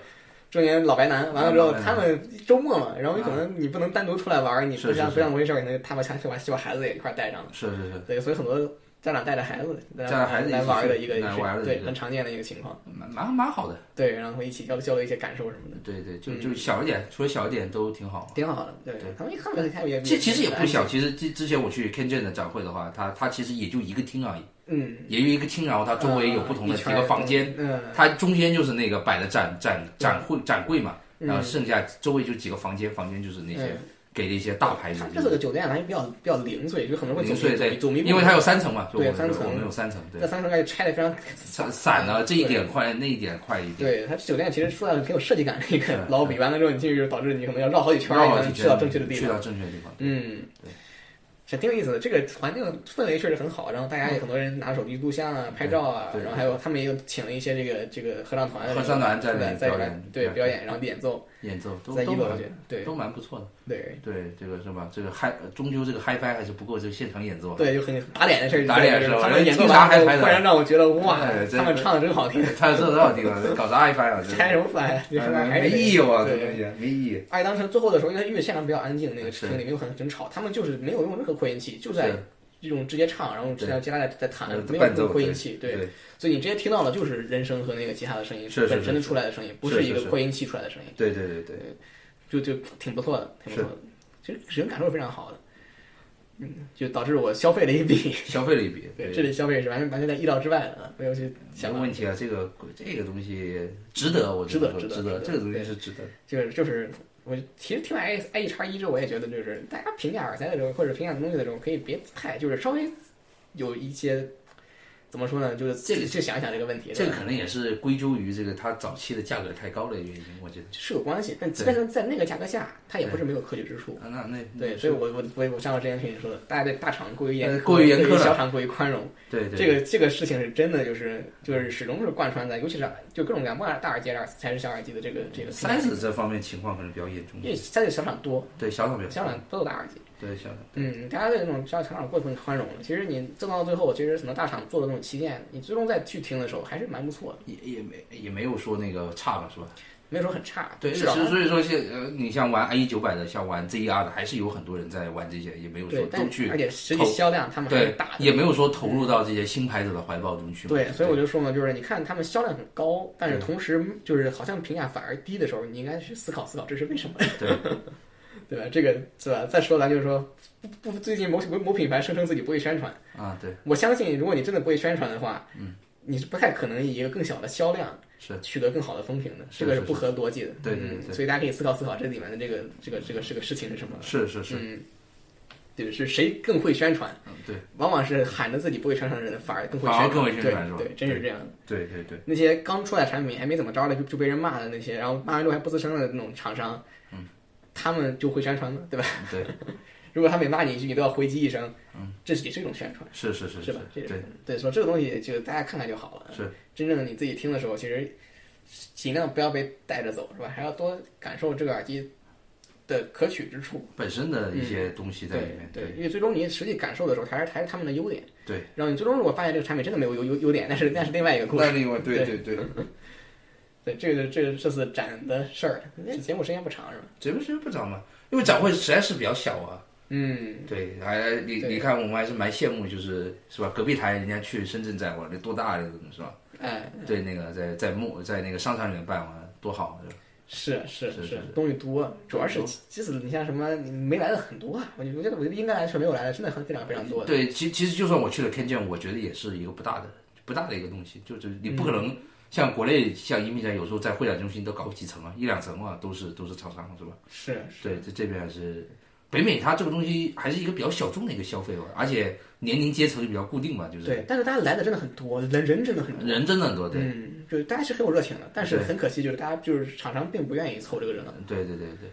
Speaker 1: 中年老白男，完了之后，
Speaker 2: 老白男
Speaker 1: 他们周末嘛，然后
Speaker 2: 啊
Speaker 1: 可能你不能单独出来玩，你
Speaker 2: 是
Speaker 1: 不像
Speaker 2: 是
Speaker 1: 不像回事儿，可能他把想就把就把孩子也一块儿带上了，
Speaker 2: 是是是，
Speaker 1: 对，所以很多家长带着孩子，带
Speaker 2: 家长孩子一起
Speaker 1: 来
Speaker 2: 去
Speaker 1: 玩儿的一个
Speaker 2: 来玩儿的
Speaker 1: 对
Speaker 2: 一个
Speaker 1: 很常见的一个情况，
Speaker 2: 蛮蛮蛮好的，
Speaker 1: 对，然后一起交交流一些感受什么的，
Speaker 2: 对对，
Speaker 1: 嗯
Speaker 2: 就就小一点，除了小一点都挺好。
Speaker 1: 挺好的，对
Speaker 2: 对
Speaker 1: 他们一看没太也
Speaker 2: 其其实也不小，，其实之之前我去 Ken 的展会的话，它它其实也就一个厅而已，
Speaker 1: 嗯，
Speaker 2: 也就一个厅，然后它周围有不同的
Speaker 1: 呃
Speaker 2: 几个房间，，
Speaker 1: 嗯，
Speaker 2: 它中间就是那个摆的展展展会展柜嘛，
Speaker 1: 嗯
Speaker 2: 然后剩下周围就几个房间，房间就是那些给了一些大牌子
Speaker 1: 它，嗯这个酒店还比较比较零碎，就很多人会
Speaker 2: 零
Speaker 1: 走迷
Speaker 2: 碎在，
Speaker 1: 走走迷
Speaker 2: 因为它有三层嘛，就我
Speaker 1: 对
Speaker 2: 们
Speaker 1: 三层
Speaker 2: 我们有三层，对
Speaker 1: 这，三层感觉拆的非常
Speaker 2: 散散了这一点快，那一点快一点，
Speaker 1: 对，它酒店其实说的挺有设计感的一个
Speaker 2: 嗯
Speaker 1: 老比，完了之后你进去就导致你可能要绕好几圈儿，
Speaker 2: 绕
Speaker 1: 才
Speaker 2: 了
Speaker 1: 能
Speaker 2: 几圈
Speaker 1: 去到正确的地
Speaker 2: 去
Speaker 1: 方。
Speaker 2: 到正确的地方，
Speaker 1: 嗯
Speaker 2: 对，
Speaker 1: 是挺有意思的。这个环境氛围确实很好，然后大家有很多人拿手机录像啊、拍照啊，
Speaker 2: 嗯对对
Speaker 1: 然后还有他们也有请了一些这个这个合唱团啊，
Speaker 2: 合唱团在
Speaker 1: 在
Speaker 2: 那里
Speaker 1: 在
Speaker 2: 表演
Speaker 1: 对
Speaker 2: 对
Speaker 1: 表演，然后演奏，
Speaker 2: 演奏都
Speaker 1: 在
Speaker 2: 都
Speaker 1: 一楼
Speaker 2: 蛮
Speaker 1: 去，对
Speaker 2: 都蛮不错的。
Speaker 1: 对
Speaker 2: 对，这个是吧？这个嗨，终究这个嗨翻还是不够这个现场演奏啊。
Speaker 1: 对，就很打脸的事儿，
Speaker 2: 打脸
Speaker 1: 就是
Speaker 2: 吧
Speaker 1: 他们演奏
Speaker 2: 人家
Speaker 1: 完
Speaker 2: 听啥
Speaker 1: 之
Speaker 2: 还拍
Speaker 1: 后，
Speaker 2: 的
Speaker 1: 忽然让我觉得哇
Speaker 2: 哎，真
Speaker 1: 他们唱的真好听，
Speaker 2: 他这多少地方搞啥嗨翻啊？这
Speaker 1: 拆什么翻呀？就是还
Speaker 2: 没
Speaker 1: 是得
Speaker 2: 意义哇，这
Speaker 1: 对
Speaker 2: 东西没意义。
Speaker 1: 而且当时最后的时候，因为因为现场比较安静，那个
Speaker 2: 是
Speaker 1: 厅里没有很很吵，他们就是没有用任何扩音器，就在
Speaker 2: 是呃
Speaker 1: 这种直接唱，然后这样接下来再弹，没有
Speaker 2: 伴
Speaker 1: 用
Speaker 2: 奏
Speaker 1: 扩音器，
Speaker 2: 对，
Speaker 1: 对，所以你直接听到的就是人声和那个吉他的声音，
Speaker 2: 是是是
Speaker 1: 本身的出来的声音，不
Speaker 2: 是
Speaker 1: 一
Speaker 2: 是
Speaker 1: 个
Speaker 2: 是
Speaker 1: 扩音器出来的声音，
Speaker 2: 对对对对，
Speaker 1: 就就挺不错的，挺不错的，其实使用感受非常好的，嗯，就导致我消费了一笔，
Speaker 2: 消费了一笔，
Speaker 1: 对，这里消费是完全完全在意料之外的，啊没有去想
Speaker 2: 想个
Speaker 1: 到，
Speaker 2: 问题啊，这个这个东西值得，我
Speaker 1: 值
Speaker 2: 觉
Speaker 1: 得
Speaker 2: 说
Speaker 1: 值得
Speaker 2: 值
Speaker 1: 值得
Speaker 2: 这个东西是值得。
Speaker 1: 就是就是。我其实听完 i i 叉一之后，我也觉得就是大家评价耳塞的时候，或者评价东西的时候，可以别太就是稍微有一些怎么说呢，就是自己去想一想这个问题。
Speaker 2: 这
Speaker 1: 对
Speaker 2: 个
Speaker 1: 吧
Speaker 2: 可能也是归咎于这个它早期的价格太高的原因，我觉得。
Speaker 1: 是有关系，但
Speaker 2: 对
Speaker 1: 但是在那个价格下，它也不是没有可取之处。
Speaker 2: 啊，那那
Speaker 1: 对，
Speaker 2: 是
Speaker 1: 所以我我我我像我之前跟你说的，大家对大厂过于严苛
Speaker 2: 呃过于严苛了
Speaker 1: 对小厂过于宽容，
Speaker 2: 对对
Speaker 1: 这个这个事情是真的，就是就是始终是贯穿在，尤其是就各种各样，不管是大耳机还是还是小耳机的这个这个
Speaker 2: 三十这方面情况可能比较严重
Speaker 1: 因，为三个小厂多，
Speaker 2: 对小厂比较
Speaker 1: 小厂都有大耳机。
Speaker 2: 对小厂，
Speaker 1: 嗯，大家对这种小厂商过分宽容了。其实你挣到最后，其实很多大厂做的那种旗舰，你最终再去听的时候，还是蛮不错的，
Speaker 2: 也也没也没有说那个差吧，是吧？
Speaker 1: 没有说很差。
Speaker 2: 对，
Speaker 1: 至
Speaker 2: 是
Speaker 1: 少它
Speaker 2: 所以说现呃，你像玩 IE 九百的，像玩 ZR 的，还是有很多人在玩这些，也没有说
Speaker 1: 对，
Speaker 2: 都
Speaker 1: 但
Speaker 2: 去
Speaker 1: 而且实际
Speaker 2: 投
Speaker 1: 销量他们还是
Speaker 2: 对
Speaker 1: 大，的。
Speaker 2: 也没有说投入到这些新牌子的怀抱中去嘛。
Speaker 1: 对，所以我就说嘛，就是你看他们销量很高，但是
Speaker 2: 对
Speaker 1: 同时就是好像评价反而低的时候，你应该去思考思考这是为什么，
Speaker 2: 对
Speaker 1: 对吧？这个是吧？再说咱就是说，不不，最近某某某品牌声称自己不会宣传，
Speaker 2: 啊，对，
Speaker 1: 我相信如果你真的不会宣传的话，嗯，你是不太可能以一个更小的销量
Speaker 2: 是
Speaker 1: 取得更好的风评的，
Speaker 2: 是
Speaker 1: 这个
Speaker 2: 是
Speaker 1: 不合逻辑的。
Speaker 2: 对对
Speaker 1: 嗯，
Speaker 2: 对
Speaker 1: 所以大家可以思考思考这里面的这个这个这个这个事情是什么。
Speaker 2: 是是是，
Speaker 1: 嗯，对，是谁更会宣传？
Speaker 2: 嗯对
Speaker 1: 往往是喊着自己不会宣传的人，反而更会
Speaker 2: 反而
Speaker 1: 宣
Speaker 2: 更会宣传
Speaker 1: 传。
Speaker 2: 是吧
Speaker 1: 对对，真是这样的。
Speaker 2: 对对对，
Speaker 1: 那些刚出来产品还没怎么着的就就被人骂的那些，然后骂完之后还不吱声的那种厂商，
Speaker 2: 嗯，
Speaker 1: 他们就会宣传吗？对吧？
Speaker 2: 对，
Speaker 1: 如果他每骂你一句，你都要回击一声，嗯，这是也是一种宣传，
Speaker 2: 是是是
Speaker 1: 是
Speaker 2: 是
Speaker 1: 吧？这，
Speaker 2: 对，
Speaker 1: 对，所以这个东西就大家看看就好了。
Speaker 2: 是，
Speaker 1: 真正的你自己听的时候，其实尽量不要被带着走，是吧？还要多感受这个耳机的可取之处。
Speaker 2: 本身的一些东西在里面，
Speaker 1: 嗯对，因为最终你实际感受的时候，还是还是他们的优点。
Speaker 2: 对，
Speaker 1: 然后你最终如果发现这个产品真的没有优优优点，那是那是另外一个故事。
Speaker 2: 另外
Speaker 1: 对
Speaker 2: 对对，
Speaker 1: 对，这个这个这次展的事儿，那节目时间不长是吧？
Speaker 2: 这不是不涨嘛？因为展会实在是比较小啊，
Speaker 1: 嗯，
Speaker 2: 对，还你
Speaker 1: 对
Speaker 2: 你看，我们还是蛮羡慕，就是是吧？隔壁台人家去深圳展玩，那多大的是吧？
Speaker 1: 哎，
Speaker 2: 对，那个在在木在那个商场里面办完，多好，啊是吧
Speaker 1: 是是
Speaker 2: 是是是
Speaker 1: 东西多，主要是
Speaker 2: 东
Speaker 1: 即使你像什么你没来的很多啊，我就我觉得我应该来说没有来的真的很非常非常多的。
Speaker 2: 对，其其实就算我去了 Ken 我觉得也是一个不大的不大的一个东西，就是你不可能像国内像音频展，有时候在会展中心都搞几层啊，一两层啊，都是都是厂商是吧？
Speaker 1: 是
Speaker 2: 对，这这边还是北美，它这个东西还是一个比较小众的一个消费吧，而且年龄阶层也比较固定嘛，就是
Speaker 1: 对，但是大家来的真的很多，人人真的很多。
Speaker 2: 人真的很多，对，
Speaker 1: 嗯，就是大家是很有热情的，但是
Speaker 2: 对
Speaker 1: 很可惜，就是大家就是厂商并不愿意凑这个热闹。
Speaker 2: 对对对对，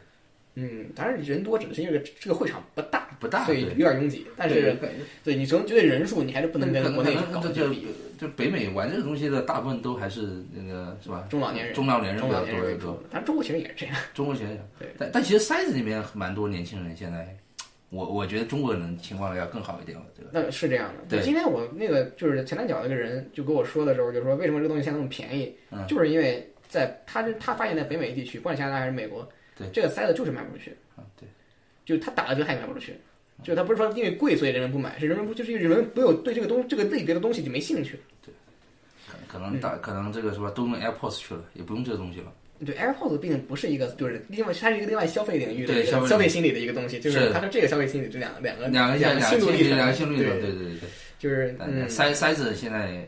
Speaker 1: 嗯，当然人多只是因为这个会场不大，
Speaker 2: 不大，
Speaker 1: 所
Speaker 2: 对
Speaker 1: 以，有点拥挤。但
Speaker 2: 对
Speaker 1: 是，对你从绝对人数，你还是不能
Speaker 2: 可
Speaker 1: 跟
Speaker 2: 能
Speaker 1: 国
Speaker 2: 可
Speaker 1: 内去搞
Speaker 2: 能
Speaker 1: 去
Speaker 2: 就
Speaker 1: 比。
Speaker 2: 就北美玩这个东西的大部分都还是那个是吧？
Speaker 1: 中老年人，
Speaker 2: 中老年人
Speaker 1: 中
Speaker 2: 比
Speaker 1: 老
Speaker 2: 较
Speaker 1: 年人
Speaker 2: 多
Speaker 1: 为
Speaker 2: 一多
Speaker 1: 主，，但中国其实也是这样。
Speaker 2: 中国学生
Speaker 1: 对，
Speaker 2: 但但其实筛子里面蛮多年轻人现在，我我觉得中国人情况要更好一点，我觉得。
Speaker 1: 那是这样的。
Speaker 2: 对
Speaker 1: 今天我那个就是前南角那个人就跟我说的时候，就说为什么这个东西现在那么便宜，
Speaker 2: 嗯
Speaker 1: 就是因为在他他发现在北美地区，不管加拿大还是美国，
Speaker 2: 对
Speaker 1: 这个塞子就是卖不出去，
Speaker 2: 啊，对嗯
Speaker 1: 就是他打了折他也卖不出去。就是它不是说因为贵所以人们不买，是人们不就是因为人们没有对这个东这个类别的东西就没兴趣。
Speaker 2: 可可
Speaker 1: 嗯
Speaker 2: 能大可能这个是吧，都用 AirPods 去了，也不用这个东西了。
Speaker 1: 对 AirPods 毕竟不是一个，就是另外它是一个另外消费领域的
Speaker 2: 对
Speaker 1: 一个
Speaker 2: 消费
Speaker 1: 消费心理的一个东西，就是它跟这个消费心理这两两个
Speaker 2: 两个
Speaker 1: 呃两
Speaker 2: 两
Speaker 1: 个心
Speaker 2: 个
Speaker 1: 路
Speaker 2: 心
Speaker 1: 历
Speaker 2: 率，
Speaker 1: 程，
Speaker 2: 两个心率的，
Speaker 1: 对，
Speaker 2: 对对对。
Speaker 1: 就是嗯，
Speaker 2: 呃塞塞子现在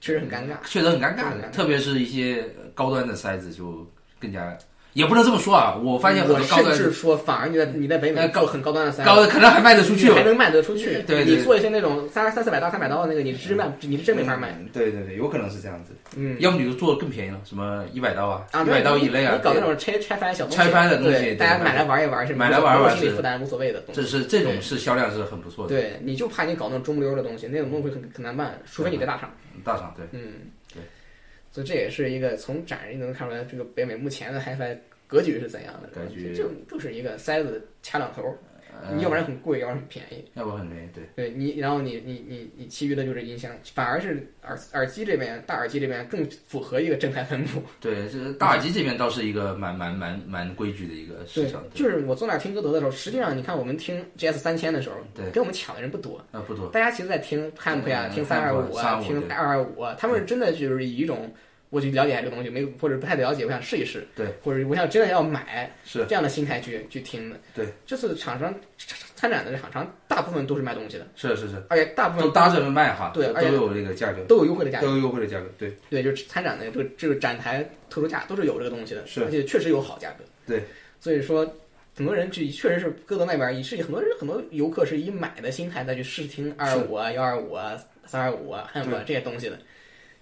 Speaker 1: 确实很尴尬。
Speaker 2: 确实很尴尬
Speaker 1: 很尴
Speaker 2: 的
Speaker 1: 尬，
Speaker 2: 特别是一些高端的塞子就更加，也不能这么说啊。我发现很
Speaker 1: 嗯我
Speaker 2: 多高
Speaker 1: 甚
Speaker 2: 端
Speaker 1: 至说，反而你在你在北美
Speaker 2: 哎
Speaker 1: 做很高端的三，
Speaker 2: 高的可能还卖得出去
Speaker 1: 你还
Speaker 2: 吧。
Speaker 1: 能卖得出去。
Speaker 2: 对对
Speaker 1: 你做一些那种三三四百刀、三百刀的那个，你是真卖，你是真没法卖。
Speaker 2: 嗯。对对对，有可能是这样子。
Speaker 1: 嗯，
Speaker 2: 要么你就做的更便宜了，什么一百刀啊，
Speaker 1: 啊，
Speaker 2: 一百刀
Speaker 1: 对
Speaker 2: 以内啊
Speaker 1: 你，搞那种拆拆翻小东西
Speaker 2: 拆翻的东西
Speaker 1: 对
Speaker 2: 对
Speaker 1: 大家买来玩一玩是
Speaker 2: 买来玩一玩
Speaker 1: 没有心理
Speaker 2: 是
Speaker 1: 负担无所谓的东西。
Speaker 2: 这是这种是销量是很不错的。
Speaker 1: 对，你就怕你搞那种中不溜的东西，那种东西会很很难办，除非你在大厂。
Speaker 2: 大厂对，
Speaker 1: 嗯，
Speaker 2: 对，
Speaker 1: 所以这也是一个从展示就能看出来，这个北美目前的 HiFi 格局是怎样的。
Speaker 2: 格局
Speaker 1: 这就就是一个塞子掐两头儿，
Speaker 2: 呃
Speaker 1: 你要不然很贵，要不然很便宜。
Speaker 2: 要不很便宜，对，
Speaker 1: 对你，然后你你你你其余的就是音箱，反而是耳耳机这边大耳机这边更符合一个正态分布。
Speaker 2: 对，这个大耳机这边倒是一个蛮蛮蛮蛮规矩的一个市
Speaker 1: 对
Speaker 2: 场，，对
Speaker 1: 就是我坐那儿听歌德的时候，实际上你看我们听 GS 三千的时候，
Speaker 2: 对
Speaker 1: 跟我们抢的人不多，
Speaker 2: 啊不多，
Speaker 1: 大家其实在听 Hamp 呀、
Speaker 2: 嗯
Speaker 1: 听
Speaker 2: Hamp
Speaker 1: 三二五啊、
Speaker 2: 325
Speaker 1: 听
Speaker 2: 对
Speaker 1: 二二五啊，他们是真的就是以一种我去了解一下这个东西，没有或者不太了解，我想试一试，
Speaker 2: 对，
Speaker 1: 或者我想真的要买
Speaker 2: 是
Speaker 1: 这样的心态去去听的。
Speaker 2: 对，
Speaker 1: 这次厂商参展的厂商大部分都是卖东西的，
Speaker 2: 是是是，
Speaker 1: 而且大部
Speaker 2: 都
Speaker 1: 分
Speaker 2: 搭着卖哈，
Speaker 1: 对哎
Speaker 2: 都
Speaker 1: 而且
Speaker 2: 有这个价格，
Speaker 1: 都有优惠的价格。
Speaker 2: 都有优惠的价格，对，
Speaker 1: 对，就是参展的这个这个展台特殊价都是有这个东西的，
Speaker 2: 是
Speaker 1: 而且确实有好价格。
Speaker 2: 对，
Speaker 1: 所以说很多人去确实是哥德那边儿，也是很多人很多游客是以买的心态再去试听二五啊、幺二五啊、三二五啊、汉普啊这些东西的。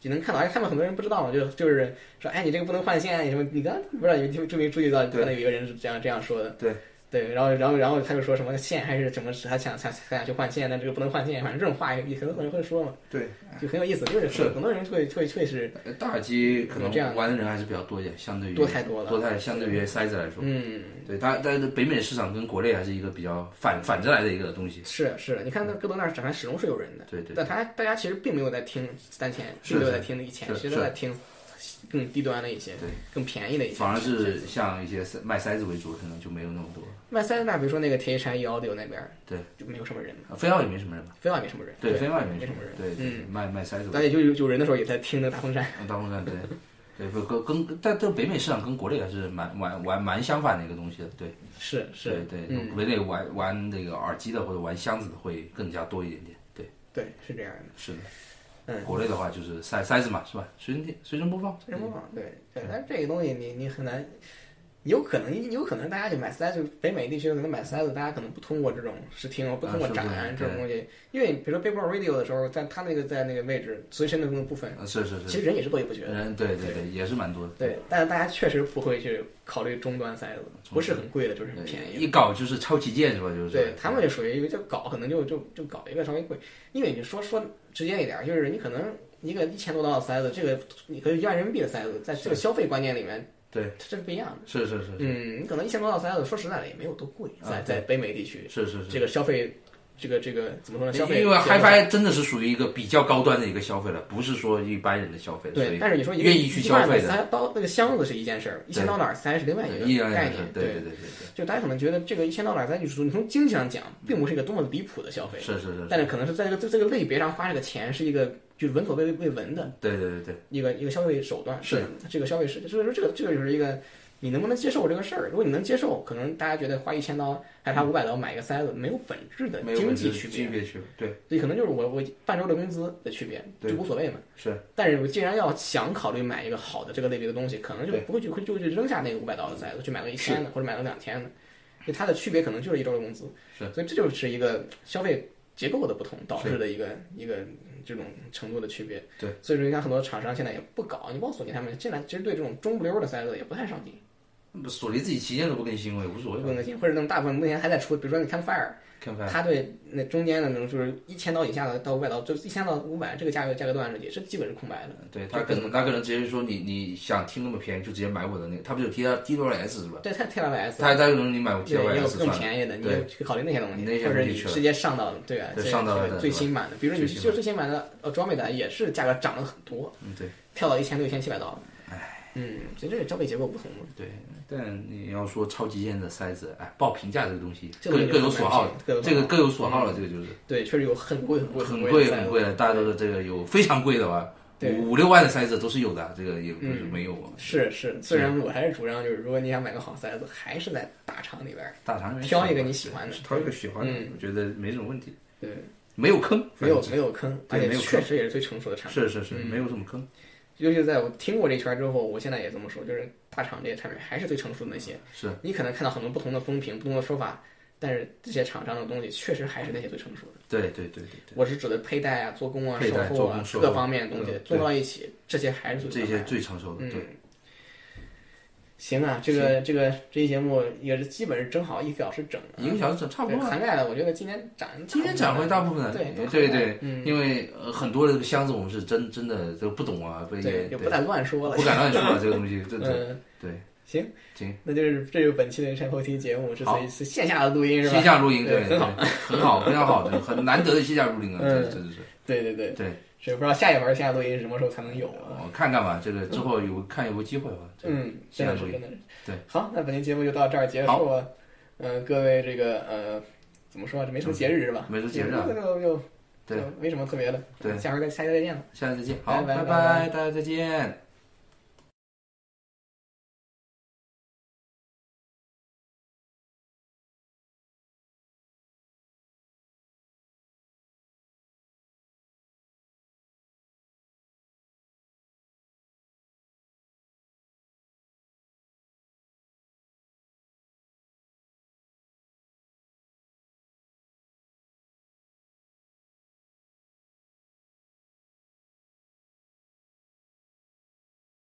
Speaker 1: 就能看到，而且哎他们很多人不知道嘛，就就是说，哎，你这个不能换线啊，你什么？你刚刚不知道有就就没注意到，
Speaker 2: 对
Speaker 1: 可能有一个人是这样这样说的。
Speaker 2: 对
Speaker 1: 对，然后然后然后他就说什么线还是什么，他想想想想去换线，但这个不能换线，反正这种话也也很多人会说嘛，
Speaker 2: 对，
Speaker 1: 就很有意思，就是
Speaker 2: 是
Speaker 1: 很多人会会会是
Speaker 2: 呃大耳机可
Speaker 1: 有这样
Speaker 2: 能玩的人还是比较多一点，相对于
Speaker 1: 多太多了，
Speaker 2: 多太相对于塞子来说，
Speaker 1: 嗯，
Speaker 2: 对，但但是北美市场跟国内还是一个比较反反着来的一个东西，
Speaker 1: 是是，你看那哥德那儿展台始终是有人的，
Speaker 2: 嗯对对，
Speaker 1: 但他大家其实并没有在听三千，
Speaker 2: 是
Speaker 1: 并没有在听一千，
Speaker 2: 是
Speaker 1: 其实都
Speaker 2: 是
Speaker 1: 在听更低端的一些，
Speaker 2: 对
Speaker 1: 更便宜的一些。
Speaker 2: 反而是像一些塞卖塞子为主，可能就没有那么多，
Speaker 1: 卖塞纳，比如说那个 T H I E Audio 那边，
Speaker 2: 对，
Speaker 1: 就没有什么人，
Speaker 2: 啊飞奥也没什么人吧，
Speaker 1: 非要也没什么人，
Speaker 2: 对，
Speaker 1: 对，
Speaker 2: 飞奥也
Speaker 1: 没什么人
Speaker 2: 人，对，对卖卖塞子为主
Speaker 1: 而且就有有人的时候也在听那个大风扇，
Speaker 2: 嗯大风扇对， 对，不跟跟但这北美市场跟国内还是蛮蛮蛮蛮相反的一个东西的，对，
Speaker 1: 是是，
Speaker 2: 对对，
Speaker 1: 嗯，
Speaker 2: 国内玩玩那个耳机的或者玩箱子的会更加多一点点，对，
Speaker 1: 对，是这样的，
Speaker 2: 是的，
Speaker 1: 嗯。
Speaker 2: 国内的话就是塞塞子嘛，是吧？随身听随身播放，
Speaker 1: 什么网嗯对对，但是这个东西你你很难，有可能有可能大家就买塞子，北美地区可能买塞子，大家可能不通过这种试听，不通过展览啊这种东西，因为比如说 Billboard Radio 的时候，在它那个在那个位置随身的那个部分，
Speaker 2: 呃是是
Speaker 1: 其
Speaker 2: 是，
Speaker 1: 实人也是络绎不绝的。
Speaker 2: 嗯，对对对，也是蛮多的，
Speaker 1: 对，但是大家确实不会去考虑终端塞子，不是很贵的，就是很便宜。
Speaker 2: 一搞就是超旗舰是吧？就是
Speaker 1: 对他们就属于一个就搞，可能就就就搞一个稍微贵，因为你说说直接一点儿，就是你可能一个一千多刀的塞子，这个你可以一万人民币的塞子，在这个消费观念里面，
Speaker 2: 对，
Speaker 1: 它这是不一样的。
Speaker 2: 是是是
Speaker 1: 嗯，你可能一千多到三万，说实在的也没有多贵，
Speaker 2: 啊
Speaker 1: 在
Speaker 2: 对
Speaker 1: 在北美地区，
Speaker 2: 是是是，
Speaker 1: 这个消费，这个这个怎么说呢？消费
Speaker 2: 因为
Speaker 1: 节奏
Speaker 2: HiFi 真的是属于一个比较高端的一个消费了，不是说一般人的消费，所
Speaker 1: 对，
Speaker 2: 以
Speaker 1: 但是你说一个
Speaker 2: 愿意去消费的
Speaker 1: 一万刀那个箱子是一件事儿，一千刀哪儿塞是另外一
Speaker 2: 依
Speaker 1: 个
Speaker 2: 然
Speaker 1: 概
Speaker 2: 是
Speaker 1: 念，
Speaker 2: 对对对对
Speaker 1: 就大家可能觉得这个一千刀哪儿塞，就是说你从经济上讲，并不是一个多么离谱的消费
Speaker 2: 对，，是是是，
Speaker 1: 但是可能是在这个这这个类别上花这个钱是一个就是闻所未未闻的
Speaker 2: 对对对对，
Speaker 1: 一个一个消费手段，
Speaker 2: 是
Speaker 1: 对这个消费是，所以说这个这个就是一个你能不能接受这个事儿。如果你能接受，可能大家觉得花一千刀还差五百刀买一个塞子没有本质的
Speaker 2: 没有
Speaker 1: 经
Speaker 2: 本质
Speaker 1: 济区别
Speaker 2: 区，别区别，对
Speaker 1: 对，可能就是我我半周的工资的区别，
Speaker 2: 对
Speaker 1: 就无所谓嘛。
Speaker 2: 是，
Speaker 1: 但是我既然要想考虑买一个好的这个类别的东西，可能就
Speaker 2: 对
Speaker 1: 不会去会就去扔下那个五百刀的塞子，去买个一千的或者买个两千的，就它的区别可能就是一周的工资。
Speaker 2: 是，
Speaker 1: 所以这就是一个消费结构的不同导致的一个一个这种程度的区别。
Speaker 2: 对，
Speaker 1: 所以说你看很多厂商现在也不搞，你包括索尼他们现在其实对这种中不溜儿的塞子也不太上心，
Speaker 2: 索尼自己旗舰都不更新我也无所
Speaker 1: 不
Speaker 2: 谓了，
Speaker 1: 更新，或者那种大部分目前还在出，比如说你看 Fire。
Speaker 2: 看看
Speaker 1: 他对那中间的那种就是一千刀以下的到五百刀，就是一千到五百这个价格价格段也是基本是空白的。
Speaker 2: 对他可能他可能直接说你你想听那么便宜就直接买我的那个，他不是有 T T W S 是吧？
Speaker 1: 对，太 T W S，
Speaker 2: 他他可能你买我 T
Speaker 1: 对，
Speaker 2: W
Speaker 1: 也有
Speaker 2: S
Speaker 1: 更
Speaker 2: 算了，
Speaker 1: 便宜的，你
Speaker 2: 对
Speaker 1: 就去考虑那些东西，
Speaker 2: 那些
Speaker 1: 或者
Speaker 2: 东西
Speaker 1: 你
Speaker 2: 去了
Speaker 1: 直接上到对啊，
Speaker 2: 对
Speaker 1: 这
Speaker 2: 上到
Speaker 1: 这
Speaker 2: 了
Speaker 1: 个
Speaker 2: 的
Speaker 1: 最
Speaker 2: 是吧
Speaker 1: 新版的，比啊如说你
Speaker 2: 最新
Speaker 1: 就最新版的 Andromeda 也是价格涨了很多，
Speaker 2: 嗯对，
Speaker 1: 跳到一千六、一千七百刀。嗯，所以这个消费结构不同嘛，
Speaker 2: 对，但你要说超极限的塞子，哎，报评价这个东西，
Speaker 1: 这
Speaker 2: 各
Speaker 1: 个就
Speaker 2: 各有
Speaker 1: 很
Speaker 2: 所
Speaker 1: 难
Speaker 2: 好
Speaker 1: 评，各有所
Speaker 2: 这个
Speaker 1: 好
Speaker 2: 各有所好了，这个就是
Speaker 1: 对，确实有很贵很贵
Speaker 2: 很
Speaker 1: 贵
Speaker 2: 贵
Speaker 1: 的赛
Speaker 2: 很
Speaker 1: 道
Speaker 2: 贵的，大家都是这个有非常贵的吧，
Speaker 1: 对
Speaker 2: 五五六万的塞子都是有的，这个也不是
Speaker 1: 嗯
Speaker 2: 没有啊，
Speaker 1: 是是，虽然我还是主张就是，如果你想买个好塞子，还是在大厂里边儿
Speaker 2: 大肠里面
Speaker 1: 挑一个
Speaker 2: 少
Speaker 1: 你喜欢的
Speaker 2: 挑一个喜欢的
Speaker 1: 嗯，
Speaker 2: 我觉得没什么问题，
Speaker 1: 对，
Speaker 2: 没有坑，
Speaker 1: 没有
Speaker 2: 反
Speaker 1: 没有坑，而
Speaker 2: 对
Speaker 1: 且
Speaker 2: 没有
Speaker 1: 确实也是最成熟的
Speaker 2: 正
Speaker 1: 产品。
Speaker 2: 是是是
Speaker 1: 嗯
Speaker 2: 没有什么坑，
Speaker 1: 尤其是在我听过这圈儿之后，我现在也这么说，就是大厂这些产品还是最成熟的那些。
Speaker 2: 是
Speaker 1: 你可能看到很多不同的风评、不同的说法，但是这些厂商的东西确实还是那些最成熟的。
Speaker 2: 对对对对
Speaker 1: 我是指的佩戴啊、做工啊、
Speaker 2: 佩
Speaker 1: 售
Speaker 2: 戴
Speaker 1: 后
Speaker 2: 做
Speaker 1: 啊
Speaker 2: 工售
Speaker 1: 各
Speaker 2: 后
Speaker 1: 方面的东西
Speaker 2: 对
Speaker 1: 综合到一起，这些还是
Speaker 2: 对，
Speaker 1: 最
Speaker 2: 这
Speaker 1: 重要
Speaker 2: 些
Speaker 1: 的
Speaker 2: 最成熟的，对，
Speaker 1: 嗯，行啊，这个这个这期节目也是基本是正好一个小时整啊，
Speaker 2: 一个小时整差不
Speaker 1: 对
Speaker 2: 多了。
Speaker 1: 涵盖了。我觉得今天展
Speaker 2: 今天展会大部分的，
Speaker 1: 对都
Speaker 2: 对
Speaker 1: 涵盖
Speaker 2: 对，
Speaker 1: 嗯，
Speaker 2: 因为呃很多的箱子我们是真真的都不懂啊，不也
Speaker 1: 对，
Speaker 2: 对
Speaker 1: 就不敢乱说了，
Speaker 2: 不敢乱说啊，这个 东西，真的
Speaker 1: 嗯，
Speaker 2: 对，
Speaker 1: 行
Speaker 2: 行，
Speaker 1: 那就是这就是本期的山后期节目，之所
Speaker 2: 好
Speaker 1: 以是线下的录音是
Speaker 2: 线
Speaker 1: 吧？
Speaker 2: 下录音
Speaker 1: 对
Speaker 2: 对，对很好，非常好，这很难得的线下 录音啊，
Speaker 1: 嗯
Speaker 2: 这真的是
Speaker 1: 对对对
Speaker 2: 对，
Speaker 1: 是不知道下一轮线下录音是什么时候才能有啊？
Speaker 2: 我看看吧，这个之后有看有没有机会吧，这个
Speaker 1: 嗯，真的
Speaker 2: 下
Speaker 1: 是
Speaker 2: 录
Speaker 1: 真
Speaker 2: 音
Speaker 1: 的是。
Speaker 2: 对，
Speaker 1: 好，那本期节目就到这儿结束了。嗯、各位这个呃，怎么说啊？这没什么节日是吧？
Speaker 2: 嗯没什么节日啊
Speaker 1: 这个就就
Speaker 2: 对，
Speaker 1: 没什么特别的。
Speaker 2: 对
Speaker 1: 下回再下期再见了。
Speaker 2: 下次再见，好，
Speaker 1: 拜拜
Speaker 2: 拜
Speaker 1: 拜
Speaker 2: 拜，大家再见。